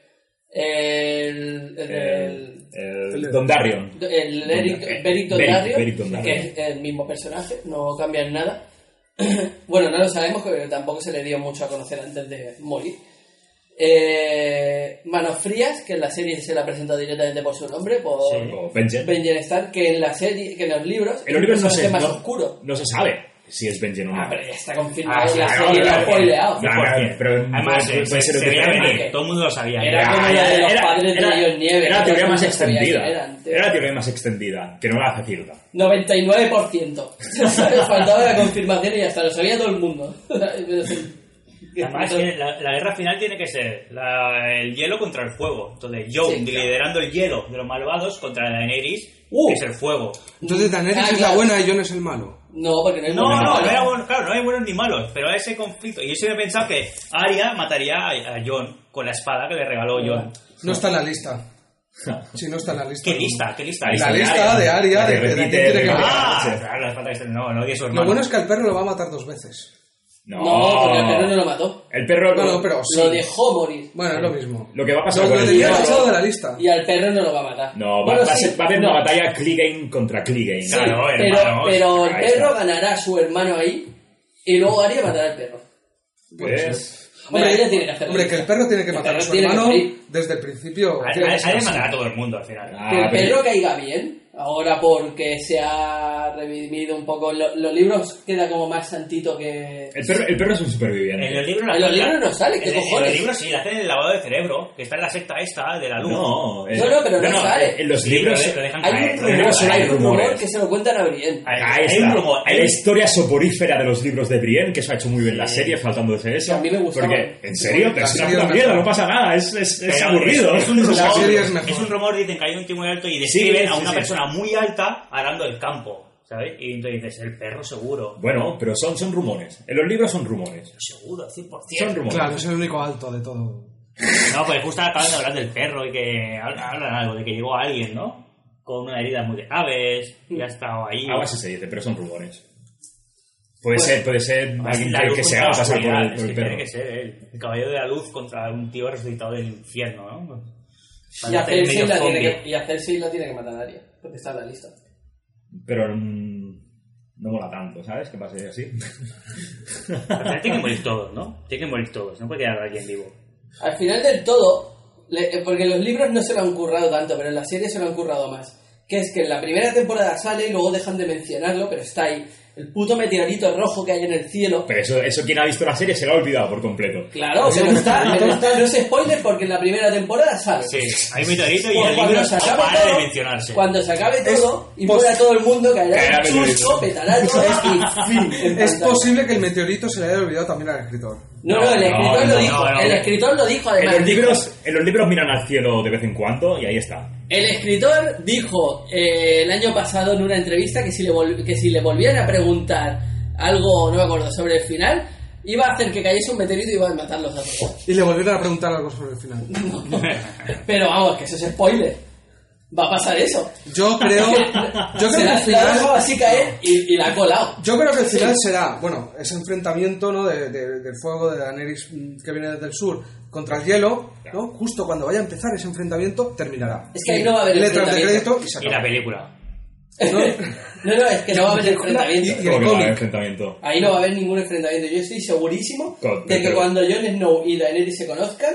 [SPEAKER 3] El...
[SPEAKER 2] Eh,
[SPEAKER 3] El...
[SPEAKER 2] El,
[SPEAKER 3] el
[SPEAKER 2] el Don Darion.
[SPEAKER 3] el Eric,
[SPEAKER 2] Don- eh,
[SPEAKER 3] Beric
[SPEAKER 2] Beric-
[SPEAKER 3] Dondarrion,
[SPEAKER 2] Beric Dondarrion.
[SPEAKER 3] que es el mismo personaje, no cambia en nada. bueno, no lo sabemos, que tampoco se le dio mucho a conocer antes de morir. Eh, Manos Frías, que en la serie se la presenta directamente por su nombre, por
[SPEAKER 2] O Benjen.
[SPEAKER 3] Benjen Stark, que en la serie, que en los libros,
[SPEAKER 2] En los libros no
[SPEAKER 3] es
[SPEAKER 2] se,
[SPEAKER 3] más
[SPEAKER 2] no,
[SPEAKER 3] oscuro.
[SPEAKER 2] no se sabe si es Benjen o no.
[SPEAKER 3] Ah, pero ya está confirmado,
[SPEAKER 4] Ah,
[SPEAKER 3] en la
[SPEAKER 4] claro,
[SPEAKER 3] serie
[SPEAKER 4] claro,
[SPEAKER 3] lo ha
[SPEAKER 4] claro.
[SPEAKER 3] spoileado.
[SPEAKER 2] No, no, pero
[SPEAKER 4] Además,
[SPEAKER 2] puede-
[SPEAKER 4] eh,
[SPEAKER 2] puede
[SPEAKER 4] se,
[SPEAKER 2] ser
[SPEAKER 4] se veía
[SPEAKER 2] diferente.
[SPEAKER 4] venir, todo el mundo lo sabía.
[SPEAKER 3] Era
[SPEAKER 4] Ya,
[SPEAKER 3] como la
[SPEAKER 4] ya,
[SPEAKER 3] Ah, de los
[SPEAKER 4] era-
[SPEAKER 3] padres de John Nieve.
[SPEAKER 2] Era la teoría
[SPEAKER 3] que todo el
[SPEAKER 2] más
[SPEAKER 3] mundo sabía
[SPEAKER 2] extendida.
[SPEAKER 3] que eran, tío.
[SPEAKER 2] Era la teoría más extendida, que no la hace cierta.
[SPEAKER 3] 99%. Faltaba la confirmación y hasta lo sabía todo el mundo. Pero sí.
[SPEAKER 4] Además, tiene- la, la guerra final tiene que ser la- el hielo contra el fuego. Entonces, Joe
[SPEAKER 3] Sí, claro.
[SPEAKER 4] liderando el hielo de los malvados contra Daenerys, que es el fuego.
[SPEAKER 1] Entonces Daenerys
[SPEAKER 3] Ah,
[SPEAKER 1] es la
[SPEAKER 3] claro.
[SPEAKER 1] buena y Jon es el malo.
[SPEAKER 3] No, porque no hay
[SPEAKER 4] No,
[SPEAKER 3] buena
[SPEAKER 4] no,
[SPEAKER 3] mala.
[SPEAKER 4] no, era bueno, claro, no hay buenos ni malos, pero ese conflicto. Y yo siempre he pensado que Arya mataría a, a John con la espada que le regaló John.
[SPEAKER 1] No está en la lista. Sí, no está en la lista.
[SPEAKER 4] ¡Qué lista, qué lista!
[SPEAKER 2] La
[SPEAKER 1] La
[SPEAKER 2] lista de
[SPEAKER 1] lista
[SPEAKER 2] Arya.
[SPEAKER 1] de Aria,
[SPEAKER 2] La que
[SPEAKER 1] de, de- de-
[SPEAKER 2] repite,
[SPEAKER 1] tiene que
[SPEAKER 2] repite.
[SPEAKER 1] matar.
[SPEAKER 4] ¡Ah!
[SPEAKER 2] Sí.
[SPEAKER 4] Claro, la falta de ser- no, no odia a su hermano.
[SPEAKER 1] Lo bueno es que al perro lo va a matar dos veces.
[SPEAKER 2] No,
[SPEAKER 3] No, porque el perro no lo mató.
[SPEAKER 2] El perro
[SPEAKER 1] No,
[SPEAKER 2] lo-
[SPEAKER 1] no, pero sí.
[SPEAKER 3] Lo dejó morir.
[SPEAKER 1] Bueno, es lo mismo.
[SPEAKER 2] Lo que va a pasar
[SPEAKER 1] Lo-
[SPEAKER 2] con
[SPEAKER 1] lo
[SPEAKER 2] el
[SPEAKER 1] tenía
[SPEAKER 2] perro-
[SPEAKER 1] tachado de la lista.
[SPEAKER 3] Y al perro no lo va a matar.
[SPEAKER 2] No, va,
[SPEAKER 3] Bueno,
[SPEAKER 2] va a
[SPEAKER 3] sí,
[SPEAKER 2] ser- va a haber
[SPEAKER 3] no.
[SPEAKER 2] una batalla Clegane contra eh, Clegane.
[SPEAKER 3] Sí,
[SPEAKER 4] Claro,
[SPEAKER 3] pero,
[SPEAKER 4] hermanos.
[SPEAKER 3] pero el
[SPEAKER 2] Ahí
[SPEAKER 3] perro
[SPEAKER 2] está.
[SPEAKER 3] ganará a su hermano ahí y luego Aria matará al perro.
[SPEAKER 2] Pues,
[SPEAKER 3] Bueno, ella tiene que hacer
[SPEAKER 1] hombre,
[SPEAKER 3] la
[SPEAKER 1] que el
[SPEAKER 3] lista.
[SPEAKER 1] perro tiene que
[SPEAKER 3] El
[SPEAKER 1] matar a
[SPEAKER 3] perro
[SPEAKER 1] su
[SPEAKER 3] tiene que
[SPEAKER 1] hermano
[SPEAKER 3] morir.
[SPEAKER 1] desde el principio.
[SPEAKER 4] Arya-
[SPEAKER 1] Tiene que ser
[SPEAKER 4] Arya
[SPEAKER 1] así.
[SPEAKER 4] matará a todo el mundo al final.
[SPEAKER 2] Ah,
[SPEAKER 3] Que el
[SPEAKER 2] pero-
[SPEAKER 3] perro caiga bien, ahora porque se ha redimido un poco. lo- los libros queda como más santito que.
[SPEAKER 2] el, perro, el perro es un
[SPEAKER 4] En
[SPEAKER 2] superviviente.
[SPEAKER 4] los libros, la-
[SPEAKER 3] En los libros no sale,
[SPEAKER 4] en-
[SPEAKER 3] ¿qué
[SPEAKER 4] en
[SPEAKER 3] cojones?
[SPEAKER 4] los libros sí, la hacen en el lavado de cerebro, que está en la secta esta de la luz.
[SPEAKER 2] No, eh,
[SPEAKER 3] No, no, pero no sale.
[SPEAKER 2] En los
[SPEAKER 4] Sí,
[SPEAKER 2] libros.
[SPEAKER 4] pero lo dejan
[SPEAKER 3] Hay
[SPEAKER 4] caer,
[SPEAKER 3] un
[SPEAKER 4] lo dejan
[SPEAKER 3] rumor,
[SPEAKER 2] solo
[SPEAKER 4] caer.
[SPEAKER 3] hay
[SPEAKER 2] eh, hay
[SPEAKER 3] un rumor
[SPEAKER 2] rumores.
[SPEAKER 3] que se lo cuentan a Brienne.
[SPEAKER 4] Hay-
[SPEAKER 2] Ahí
[SPEAKER 4] hay un rumor.
[SPEAKER 2] está.
[SPEAKER 4] hay-
[SPEAKER 2] La historia soporífera de los libros de Brienne, que eso ha hecho muy bien la serie, faltando de eso.
[SPEAKER 3] A mí me gustaba.
[SPEAKER 2] Porque, en serio, pero
[SPEAKER 1] La
[SPEAKER 2] es una
[SPEAKER 1] serie
[SPEAKER 2] puta
[SPEAKER 1] me
[SPEAKER 2] mierda,
[SPEAKER 1] gustaba.
[SPEAKER 2] no pasa nada, es, es, es
[SPEAKER 4] Pero
[SPEAKER 2] aburrido.
[SPEAKER 4] Es, es un rumor,
[SPEAKER 1] La serie es mejor.
[SPEAKER 4] es un rumor, dicen que hay un tío muy alto y describen a
[SPEAKER 2] sí,
[SPEAKER 4] una
[SPEAKER 2] sí.
[SPEAKER 4] persona muy alta arando el campo, ¿sabes? Y entonces dices, el perro seguro.
[SPEAKER 2] Bueno, pero son, son rumores. En los libros son rumores.
[SPEAKER 4] Seguro, 100%.
[SPEAKER 2] Son rumores.
[SPEAKER 1] Claro, es el único alto de todo.
[SPEAKER 4] No, pues justo acaban de hablar del perro y que hablan hablan algo, de que llegó alguien, ¿no? Con una herida muy graves, y ha estado ahí.
[SPEAKER 2] Ah, A base se dice, pero son rumores. Puede ser, puede ser
[SPEAKER 4] pues, La
[SPEAKER 2] alguien que,
[SPEAKER 4] luz
[SPEAKER 2] que se
[SPEAKER 4] contra
[SPEAKER 2] haga
[SPEAKER 4] la
[SPEAKER 2] pasar por
[SPEAKER 4] oscuridad,
[SPEAKER 2] el, por
[SPEAKER 4] es
[SPEAKER 2] el
[SPEAKER 4] que
[SPEAKER 2] perro.
[SPEAKER 4] Tiene que ser él. El caballero de la luz contra un tío resucitado del infierno, ¿no? Pues,
[SPEAKER 3] Y a
[SPEAKER 4] Parece
[SPEAKER 3] Cersei
[SPEAKER 4] medio
[SPEAKER 3] la tiene
[SPEAKER 4] zombie.
[SPEAKER 3] que, y a Cersei la tiene que matar a Aria, porque está en la lista.
[SPEAKER 2] Pero mm, no mola tanto, ¿sabes? Que pase así.
[SPEAKER 4] Al final tienen que morir todos, ¿no? Tienen que morir todos, no puede quedar alguien vivo.
[SPEAKER 3] Al final del todo, le- eh, porque los libros no se lo han currado tanto, pero en la serie se lo han currado más. Que es que en la primera temporada sale y luego dejan de mencionarlo, pero está ahí. el puto meteorito rojo que hay en el cielo.
[SPEAKER 2] Pero eso, eso quien ha visto la serie se lo ha olvidado por completo.
[SPEAKER 3] Claro, pero está, pero está, no es spoiler porque en la primera temporada sale.
[SPEAKER 4] Sí, hay meteorito y
[SPEAKER 3] Pues
[SPEAKER 4] el libro
[SPEAKER 3] cuando se
[SPEAKER 4] no
[SPEAKER 3] acabe
[SPEAKER 4] para de
[SPEAKER 3] todo,
[SPEAKER 4] mencionarse.
[SPEAKER 3] Cuando se acabe todo,
[SPEAKER 1] Es
[SPEAKER 3] y muera todo el mundo, caerá
[SPEAKER 2] Caerá
[SPEAKER 3] un
[SPEAKER 2] meteorito.
[SPEAKER 3] chusco, petará todo y fin. en
[SPEAKER 1] Es
[SPEAKER 3] pantalla.
[SPEAKER 1] posible que el meteorito se le haya olvidado también al escritor.
[SPEAKER 3] No, no, el
[SPEAKER 2] No,
[SPEAKER 3] escritor
[SPEAKER 2] no,
[SPEAKER 3] lo dijo.
[SPEAKER 4] no, no.
[SPEAKER 3] el escritor lo dijo
[SPEAKER 2] En
[SPEAKER 3] además.
[SPEAKER 2] los,
[SPEAKER 3] dijo-
[SPEAKER 2] libros, en los libros miran al cielo de vez en cuando y ahí está.
[SPEAKER 3] El escritor dijo eh, el año pasado en una entrevista que si, le vol- que si le volvían a preguntar algo, no me acuerdo, sobre el final, iba a hacer que cayese un meteorito y iba a matarlos a todos.
[SPEAKER 1] Y le volvieron a preguntar algo sobre el final.
[SPEAKER 3] Pero vamos, que eso es spoiler. Va a pasar eso.
[SPEAKER 1] Yo creo, yo
[SPEAKER 3] Se
[SPEAKER 1] creo que
[SPEAKER 3] la,
[SPEAKER 1] el
[SPEAKER 3] la ha dejado
[SPEAKER 1] final,
[SPEAKER 3] así caer y, y la ha colado.
[SPEAKER 1] yo creo que el final será, bueno, ese enfrentamiento ¿no? de, de- del fuego de Daenerys mm, que viene desde el sur contra el hielo, ¿no? Justo cuando vaya a empezar ese enfrentamiento terminará.
[SPEAKER 3] Es que ahí no va a haber
[SPEAKER 1] letras de
[SPEAKER 3] enfrentamiento.
[SPEAKER 1] crédito y se
[SPEAKER 4] Y la
[SPEAKER 1] acaba.
[SPEAKER 4] película.
[SPEAKER 3] No, no, es que no va a haber enfrentamiento.
[SPEAKER 1] Y el
[SPEAKER 2] Como que no,
[SPEAKER 1] cómic.
[SPEAKER 2] el enfrentamiento.
[SPEAKER 3] Ahí no va a haber ningún enfrentamiento. Yo estoy segurísimo
[SPEAKER 2] Con-
[SPEAKER 3] de que
[SPEAKER 2] pero-
[SPEAKER 3] cuando Jon Snow y Daenerys se conozcan,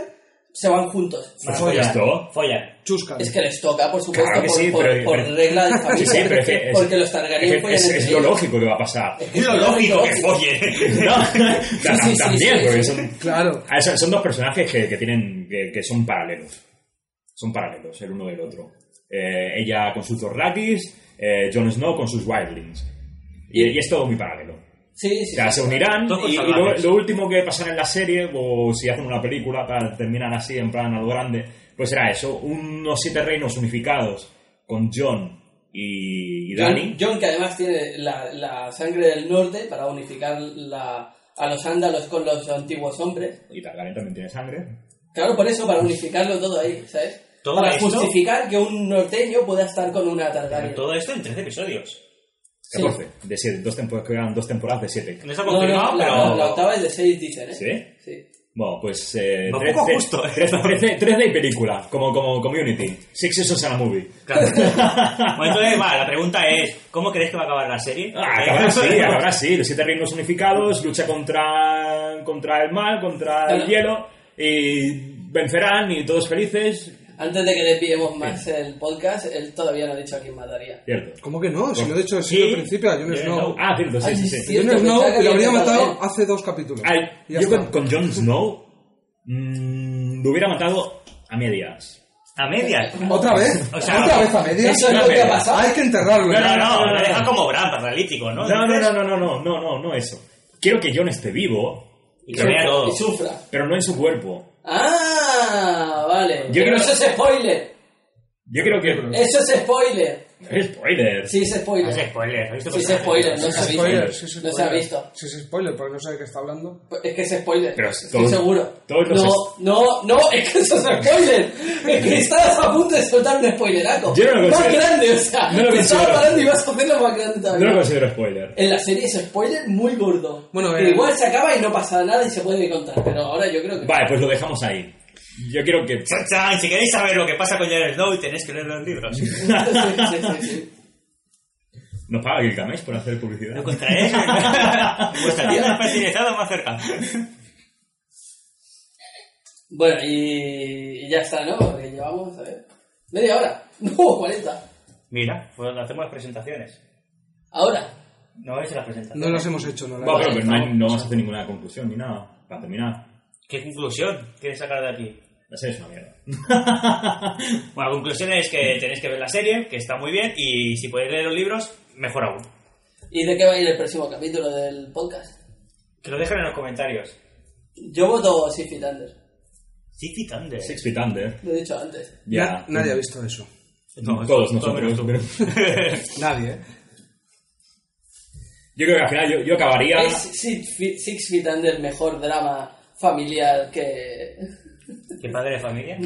[SPEAKER 3] se van juntos.
[SPEAKER 2] Por
[SPEAKER 4] Follan,
[SPEAKER 2] supuesto.
[SPEAKER 4] Follan.
[SPEAKER 1] Chuscan.
[SPEAKER 3] Es que les toca, por supuesto,
[SPEAKER 2] Claro que
[SPEAKER 3] por,
[SPEAKER 2] sí,
[SPEAKER 3] por-
[SPEAKER 2] pero-
[SPEAKER 3] por
[SPEAKER 2] pero-
[SPEAKER 3] regla de
[SPEAKER 2] Sí,
[SPEAKER 3] familia.
[SPEAKER 2] sí, pero es, que- es-
[SPEAKER 3] porque los Targaryen
[SPEAKER 2] es, es,
[SPEAKER 3] follan
[SPEAKER 2] es
[SPEAKER 3] entre
[SPEAKER 2] lo
[SPEAKER 3] ellos.
[SPEAKER 2] lógico que va a pasar.
[SPEAKER 4] Es lo lógico que follen. ¿no?
[SPEAKER 2] Tam-
[SPEAKER 3] sí, sí,
[SPEAKER 2] También,
[SPEAKER 3] sí,
[SPEAKER 2] porque
[SPEAKER 3] sí.
[SPEAKER 2] son,
[SPEAKER 1] Claro.
[SPEAKER 2] Ah, son- son dos personajes que, que tienen que, que son paralelos. Son paralelos el uno del otro. Eh, ella con sus Dorrakis, eh, Jon Snow con sus Wildlings. Y, y es todo muy paralelo.
[SPEAKER 3] Sí, sí.
[SPEAKER 2] O sea, se unirán
[SPEAKER 4] Todos
[SPEAKER 2] y, y lo,
[SPEAKER 4] salvajes.
[SPEAKER 2] lo último que pasará en la serie, o si hacen una película para terminar así en plan a lo grande, pues será eso, unos siete reinos unificados con Jon y, y Dani.
[SPEAKER 3] John, que además tiene la, la sangre del norte para unificar la, a los ándalos con los antiguos hombres.
[SPEAKER 2] Y Targaryen también tiene sangre.
[SPEAKER 3] Claro, por eso, para unificarlo todo ahí, ¿sabes?
[SPEAKER 4] Todo
[SPEAKER 3] para
[SPEAKER 4] esto-
[SPEAKER 3] justificar que un norteño pueda estar con una Targaryen.
[SPEAKER 4] Todo esto en 13 episodios.
[SPEAKER 3] Sí.
[SPEAKER 2] 14, de siete, dos temporadas, quedan dos temporadas de siete.
[SPEAKER 4] No está
[SPEAKER 3] No, no,
[SPEAKER 4] confirmado,
[SPEAKER 3] la,
[SPEAKER 4] pero.
[SPEAKER 3] la octava es de 6, dicen, ¿eh?
[SPEAKER 2] ¿Sí?
[SPEAKER 3] Sí.
[SPEAKER 2] Bueno, pues... Eh,
[SPEAKER 4] Un
[SPEAKER 2] tres-
[SPEAKER 4] poco
[SPEAKER 2] tres-
[SPEAKER 4] justo, ¿eh?
[SPEAKER 2] tres- tres- tres de película, como, como Community. Six Seasons and a Movie.
[SPEAKER 4] Claro. Bueno, entonces, va, la pregunta es: ¿cómo creéis que va a acabar la serie?
[SPEAKER 2] Ah, acabará así, acabará así. Los siete reinos unificados, lucha contra, contra el mal, contra el hielo,
[SPEAKER 3] Claro.
[SPEAKER 2] y vencerán y todos felices.
[SPEAKER 3] Antes de que desviemos más el podcast, él todavía no ha dicho a quién mataría.
[SPEAKER 2] Cierto.
[SPEAKER 1] ¿Cómo que no? Si lo he dicho
[SPEAKER 4] Sí.
[SPEAKER 1] desde el principio a Jon
[SPEAKER 4] Jon
[SPEAKER 1] Snow.
[SPEAKER 4] Snow.
[SPEAKER 2] Ah, cierto, sí,
[SPEAKER 3] Ay,
[SPEAKER 2] sí,
[SPEAKER 3] sí,
[SPEAKER 2] sí.
[SPEAKER 3] sí.
[SPEAKER 1] Jon
[SPEAKER 3] Cierto,
[SPEAKER 1] Snow
[SPEAKER 3] pensaba que
[SPEAKER 1] lo habría
[SPEAKER 3] había
[SPEAKER 1] matado
[SPEAKER 3] matado él.
[SPEAKER 1] hace dos capítulos.
[SPEAKER 2] Ay,
[SPEAKER 1] Y ya
[SPEAKER 2] yo con,
[SPEAKER 1] está.
[SPEAKER 2] con Jon Snow mm, lo hubiera matado a medias.
[SPEAKER 4] A medias.
[SPEAKER 1] ¿Otra vez?
[SPEAKER 4] O sea,
[SPEAKER 1] ¿Otra vez a medias?
[SPEAKER 3] Eso es lo que ha pasado.
[SPEAKER 1] Hay que enterrarlo.
[SPEAKER 2] No,
[SPEAKER 4] No,
[SPEAKER 1] ¿eh?
[SPEAKER 4] no, lo deja como gran paralítico, ¿no?
[SPEAKER 2] No, no, no, no, no, no, no, no, no eso. Quiero que Jon esté vivo,
[SPEAKER 4] Y que vea todo.
[SPEAKER 3] Y sufra.
[SPEAKER 2] pero no en su cuerpo.
[SPEAKER 3] Ah, vale.
[SPEAKER 2] Yo
[SPEAKER 3] Pero
[SPEAKER 2] creo-
[SPEAKER 3] eso es spoiler.
[SPEAKER 2] Yo creo que...
[SPEAKER 3] Eso es spoiler.
[SPEAKER 2] Spoilers.
[SPEAKER 3] Eh, Sí, es
[SPEAKER 4] No
[SPEAKER 2] Ah,
[SPEAKER 3] spoiler.
[SPEAKER 4] es spoiler. ¿no? Esto
[SPEAKER 3] Sí, es
[SPEAKER 4] pasa-
[SPEAKER 3] spoiler. No
[SPEAKER 1] Es
[SPEAKER 3] se ha
[SPEAKER 1] spoiler,
[SPEAKER 3] visto.
[SPEAKER 1] sí, es
[SPEAKER 3] No se ha
[SPEAKER 1] spoiler.
[SPEAKER 3] visto.
[SPEAKER 1] Sí, es spoiler, porque no sabe de qué está hablando.
[SPEAKER 3] Es que es spoiler.
[SPEAKER 2] Pero
[SPEAKER 3] Estoy
[SPEAKER 2] todos-
[SPEAKER 3] seguro.
[SPEAKER 2] todos los
[SPEAKER 3] no,
[SPEAKER 2] es-
[SPEAKER 3] no, no, es que eso es spoiler. Es que estabas a punto de soltar un spoileraco.
[SPEAKER 2] Yo no lo
[SPEAKER 3] más
[SPEAKER 2] considero.
[SPEAKER 3] grande, o sea.
[SPEAKER 2] No lo
[SPEAKER 3] te estabas
[SPEAKER 2] considero.
[SPEAKER 3] parando y vas a hacerlo más grande
[SPEAKER 2] No
[SPEAKER 3] todavía.
[SPEAKER 2] lo considero spoiler.
[SPEAKER 3] En la serie es spoiler muy gordo.
[SPEAKER 1] Bueno,
[SPEAKER 3] Que
[SPEAKER 1] eh,
[SPEAKER 3] igual se acaba y no pasa nada y se puede contar. Pero ahora yo creo que.
[SPEAKER 2] Vale, pues lo dejamos ahí. Yo quiero que...
[SPEAKER 4] Chan, chan, Si queréis saber lo que pasa con Jon Snow, tenéis que leer los libros.
[SPEAKER 3] Sí, sí, sí, sí.
[SPEAKER 2] ¿Nos paga Gilgamesh por hacer publicidad?
[SPEAKER 4] Lo encontraréis en vuestra tienda especializada más cerca.
[SPEAKER 3] Bueno, y, y ya está, ¿no? Porque llevamos, a ver, media hora. No, 40.
[SPEAKER 4] Mira, pues donde hacemos las presentaciones.
[SPEAKER 3] Ahora.
[SPEAKER 4] No es las presentaciones.
[SPEAKER 1] No las hemos hecho, no las
[SPEAKER 2] Bueno,
[SPEAKER 1] hemos
[SPEAKER 2] pero
[SPEAKER 1] hecho.
[SPEAKER 2] que no, hay- no vamos a hacer ninguna conclusión ni nada. Para terminar.
[SPEAKER 4] ¿Qué conclusión quieres sacar de aquí?
[SPEAKER 2] La serie es una mierda.
[SPEAKER 4] Bueno, la conclusión es que tenéis que ver la serie, que está muy bien, y si podéis leer los libros, mejor aún.
[SPEAKER 3] ¿Y de qué va a ir el próximo capítulo del podcast?
[SPEAKER 4] Que lo dejen en los comentarios.
[SPEAKER 3] Yo voto Sify Thunder.
[SPEAKER 4] Sí, Thunder.
[SPEAKER 2] Six Feet Under.
[SPEAKER 3] Lo he dicho antes.
[SPEAKER 2] Ya.
[SPEAKER 1] Na- nadie ha visto eso.
[SPEAKER 4] No,
[SPEAKER 2] Todos
[SPEAKER 4] todo menos
[SPEAKER 2] nosotros.
[SPEAKER 4] tú.
[SPEAKER 2] pero-
[SPEAKER 1] Nadie, ¿eh?
[SPEAKER 2] Yo creo que al final yo, yo acabaría...
[SPEAKER 3] ¿Es Six Feet, Six Feet Under mejor drama familiar que...
[SPEAKER 4] ¿Qué padre de familia?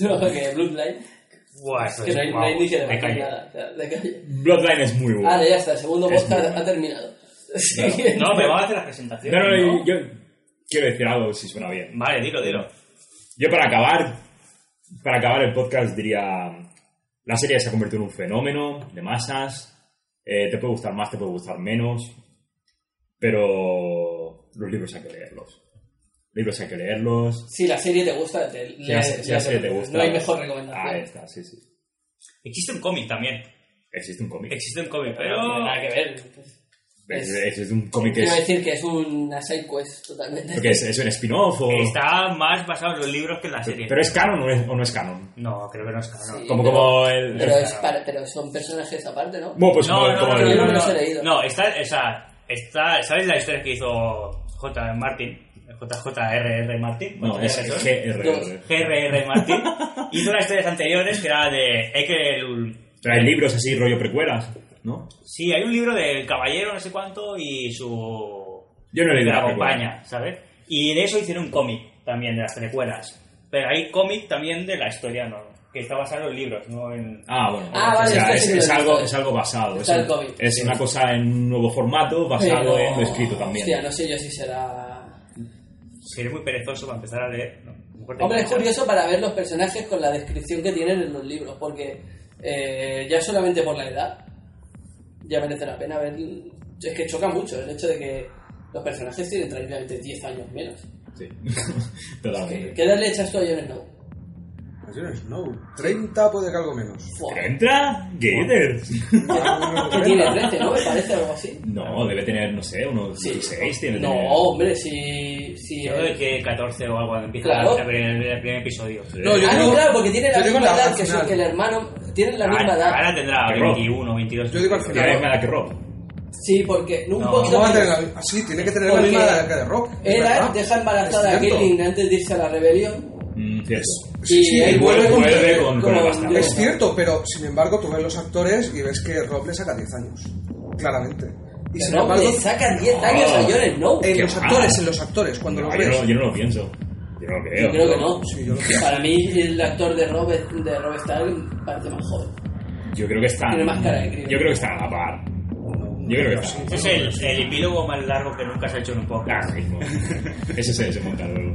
[SPEAKER 3] No, que Bloodline?
[SPEAKER 4] Buah, eso
[SPEAKER 3] Que no hay,
[SPEAKER 4] es
[SPEAKER 3] no hay
[SPEAKER 4] guau.
[SPEAKER 3] ni que
[SPEAKER 4] Me
[SPEAKER 3] debatir
[SPEAKER 4] callo.
[SPEAKER 3] nada. o sea, de calle.
[SPEAKER 2] Bloodline es muy bueno.
[SPEAKER 3] Ah, ya está. El segundo
[SPEAKER 2] Es muy
[SPEAKER 3] podcast
[SPEAKER 2] bueno.
[SPEAKER 3] ha terminado. Sí.
[SPEAKER 4] No, pero vamos a hacer las
[SPEAKER 2] No,
[SPEAKER 4] presentaciones.
[SPEAKER 2] no,
[SPEAKER 4] ¿no?
[SPEAKER 2] yo- yo quiero decir algo si suena bien.
[SPEAKER 4] Vale, dilo, dilo.
[SPEAKER 2] Yo para acabar, para acabar el podcast diría, la serie se ha convertido en un fenómeno de masas, eh, te puede gustar más, te puede gustar menos, pero los libros hay que leerlos. Libros hay que leerlos.
[SPEAKER 3] Si la serie te gusta, te,
[SPEAKER 2] Si
[SPEAKER 3] le-
[SPEAKER 2] la, si la
[SPEAKER 3] le-
[SPEAKER 2] serie te gusta.
[SPEAKER 3] No hay mejor
[SPEAKER 2] Ah,
[SPEAKER 3] recomendación.
[SPEAKER 2] está, sí, sí.
[SPEAKER 4] Existe un cómic también.
[SPEAKER 2] Existe un cómic.
[SPEAKER 4] Existe un cómic,
[SPEAKER 3] Pero no
[SPEAKER 4] pero...
[SPEAKER 3] tiene nada que ver.
[SPEAKER 2] Es-
[SPEAKER 3] es-
[SPEAKER 2] Existe un cómic que
[SPEAKER 3] Quiero
[SPEAKER 2] es,
[SPEAKER 3] decir que es una side quest totalmente.
[SPEAKER 2] que es, es un spin-off o...
[SPEAKER 4] Está más basado en los libros que en la serie.
[SPEAKER 2] Pero es canon o, es- o no es canon.
[SPEAKER 4] No, creo que no es canon.
[SPEAKER 3] Sí,
[SPEAKER 2] Como,
[SPEAKER 3] pero-
[SPEAKER 2] como el...
[SPEAKER 3] Pero, es para- pero son personajes aparte, ¿no?
[SPEAKER 2] Bueno, pues como, como el-
[SPEAKER 3] no, no, no. los he leído.
[SPEAKER 4] No, está, o sea, está, ¿sabes la historia que hizo J. Martin? JJRR Martin.
[SPEAKER 2] No, es
[SPEAKER 4] JRR.
[SPEAKER 2] GRR.
[SPEAKER 4] GRR Martin. hizo unas historias anteriores que era de Ekel...
[SPEAKER 2] Trae libros así, rollo precuelas, ¿no?
[SPEAKER 4] Sí, hay un libro del caballero no sé cuánto y su...
[SPEAKER 2] Yo no he leído
[SPEAKER 4] que la
[SPEAKER 2] la precuela.
[SPEAKER 4] acompaña, ¿sabes? Y de eso hicieron un cómic también, de las precuelas. Pero hay cómic también de la historia, ¿no? Que está basado en los libros, no en...
[SPEAKER 2] Ah, bueno.
[SPEAKER 3] Ah, vale,
[SPEAKER 2] o sea,
[SPEAKER 3] está
[SPEAKER 2] es,
[SPEAKER 3] escrito
[SPEAKER 2] es
[SPEAKER 3] en el
[SPEAKER 2] algo,
[SPEAKER 3] cómic.
[SPEAKER 2] es algo basado. Es,
[SPEAKER 3] Está
[SPEAKER 2] un-
[SPEAKER 3] el cómic.
[SPEAKER 2] es una cosa en un nuevo formato basado
[SPEAKER 3] Pero-
[SPEAKER 2] en lo escrito también.
[SPEAKER 3] Hostia, no sé yo si será.
[SPEAKER 4] Seré muy perezoso para empezar a leer. ¿no? A lo mejor te
[SPEAKER 3] Hombre, es
[SPEAKER 4] enganchas.
[SPEAKER 3] curioso para ver los personajes con la descripción que tienen en los libros, porque eh, ya solamente por la edad ya merece la pena ver. Es que choca mucho el hecho de que los personajes tienen tranquilamente 10 años menos.
[SPEAKER 2] Sí.
[SPEAKER 3] ¿Qué,
[SPEAKER 2] Totalmente.
[SPEAKER 3] qué edad le echas tú a Jon Snow?
[SPEAKER 1] Jones, no. 30 puede que algo menos.
[SPEAKER 3] Fua,
[SPEAKER 2] Pero entra Gators.
[SPEAKER 1] Algo menos de
[SPEAKER 3] Que
[SPEAKER 1] 30.
[SPEAKER 3] tiene 13, ¿no? Me parece algo así.
[SPEAKER 2] No, debe tener, no sé, unos
[SPEAKER 3] Sí.
[SPEAKER 2] 16. Tiene
[SPEAKER 3] No, hombre, si. si
[SPEAKER 4] Yo creo que 14 o algo cuando empieza
[SPEAKER 3] Claro.
[SPEAKER 4] el, primer, el primer episodio.
[SPEAKER 1] No, yo
[SPEAKER 3] Ah, no,
[SPEAKER 1] digo-
[SPEAKER 3] claro, porque tiene la
[SPEAKER 1] yo digo la
[SPEAKER 3] misma
[SPEAKER 1] edad
[SPEAKER 3] edad que,
[SPEAKER 1] final.
[SPEAKER 3] su- que el hermano. Tienen la misma
[SPEAKER 4] ahora,
[SPEAKER 3] edad.
[SPEAKER 4] ahora tendrá
[SPEAKER 2] Qué
[SPEAKER 4] 21 22.
[SPEAKER 1] Yo digo al
[SPEAKER 2] Tiene la
[SPEAKER 1] final.
[SPEAKER 2] misma edad que Rob.
[SPEAKER 3] Sí, porque no, un
[SPEAKER 4] No,
[SPEAKER 3] poquito
[SPEAKER 1] ¿Cómo va a
[SPEAKER 3] más.
[SPEAKER 1] tener la- ah, sí, tiene que tener la misma edad que de Rock. es
[SPEAKER 3] Era,
[SPEAKER 1] verdad.
[SPEAKER 3] deja embarazada
[SPEAKER 1] Es
[SPEAKER 3] a
[SPEAKER 1] cierto.
[SPEAKER 3] Caitlyn antes de irse a la rebelión.
[SPEAKER 2] Mm, cierto.
[SPEAKER 1] Sí,
[SPEAKER 3] y
[SPEAKER 1] sí,
[SPEAKER 3] él
[SPEAKER 1] y
[SPEAKER 3] vuelve
[SPEAKER 1] vuelve
[SPEAKER 3] con.
[SPEAKER 2] Vuelve con, con el
[SPEAKER 3] con-
[SPEAKER 2] bastardo.
[SPEAKER 1] Es cierto, pero sin embargo tú ves los actores y ves que Rob le saca 10 años, claramente. Y sin
[SPEAKER 3] No,
[SPEAKER 1] embargo, Eh,
[SPEAKER 3] le sacan 10 años a
[SPEAKER 2] No.
[SPEAKER 3] Jon Snow.
[SPEAKER 1] en
[SPEAKER 2] Qué
[SPEAKER 1] los
[SPEAKER 2] mal.
[SPEAKER 1] actores, en los actores, cuando
[SPEAKER 2] No,
[SPEAKER 1] los
[SPEAKER 2] Ah, yo,
[SPEAKER 1] ves...
[SPEAKER 2] no, yo no lo pienso. Yo no lo creo.
[SPEAKER 3] Yo creo que no.
[SPEAKER 1] Sí, yo lo creo.
[SPEAKER 3] Para mí, el actor de Rob, de Rob Stark parece más joven.
[SPEAKER 2] Yo creo que están.
[SPEAKER 3] Tiene más cara de crío.
[SPEAKER 2] Yo creo que están a la par. Yo creo que están.
[SPEAKER 4] Ese es el, el epílogo más largo que nunca se ha hecho en un
[SPEAKER 2] Claro,
[SPEAKER 4] podcast.
[SPEAKER 2] mismo. Ese se, se monta luego.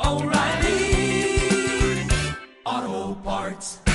[SPEAKER 5] oh, O'Reilly. Auto Parts.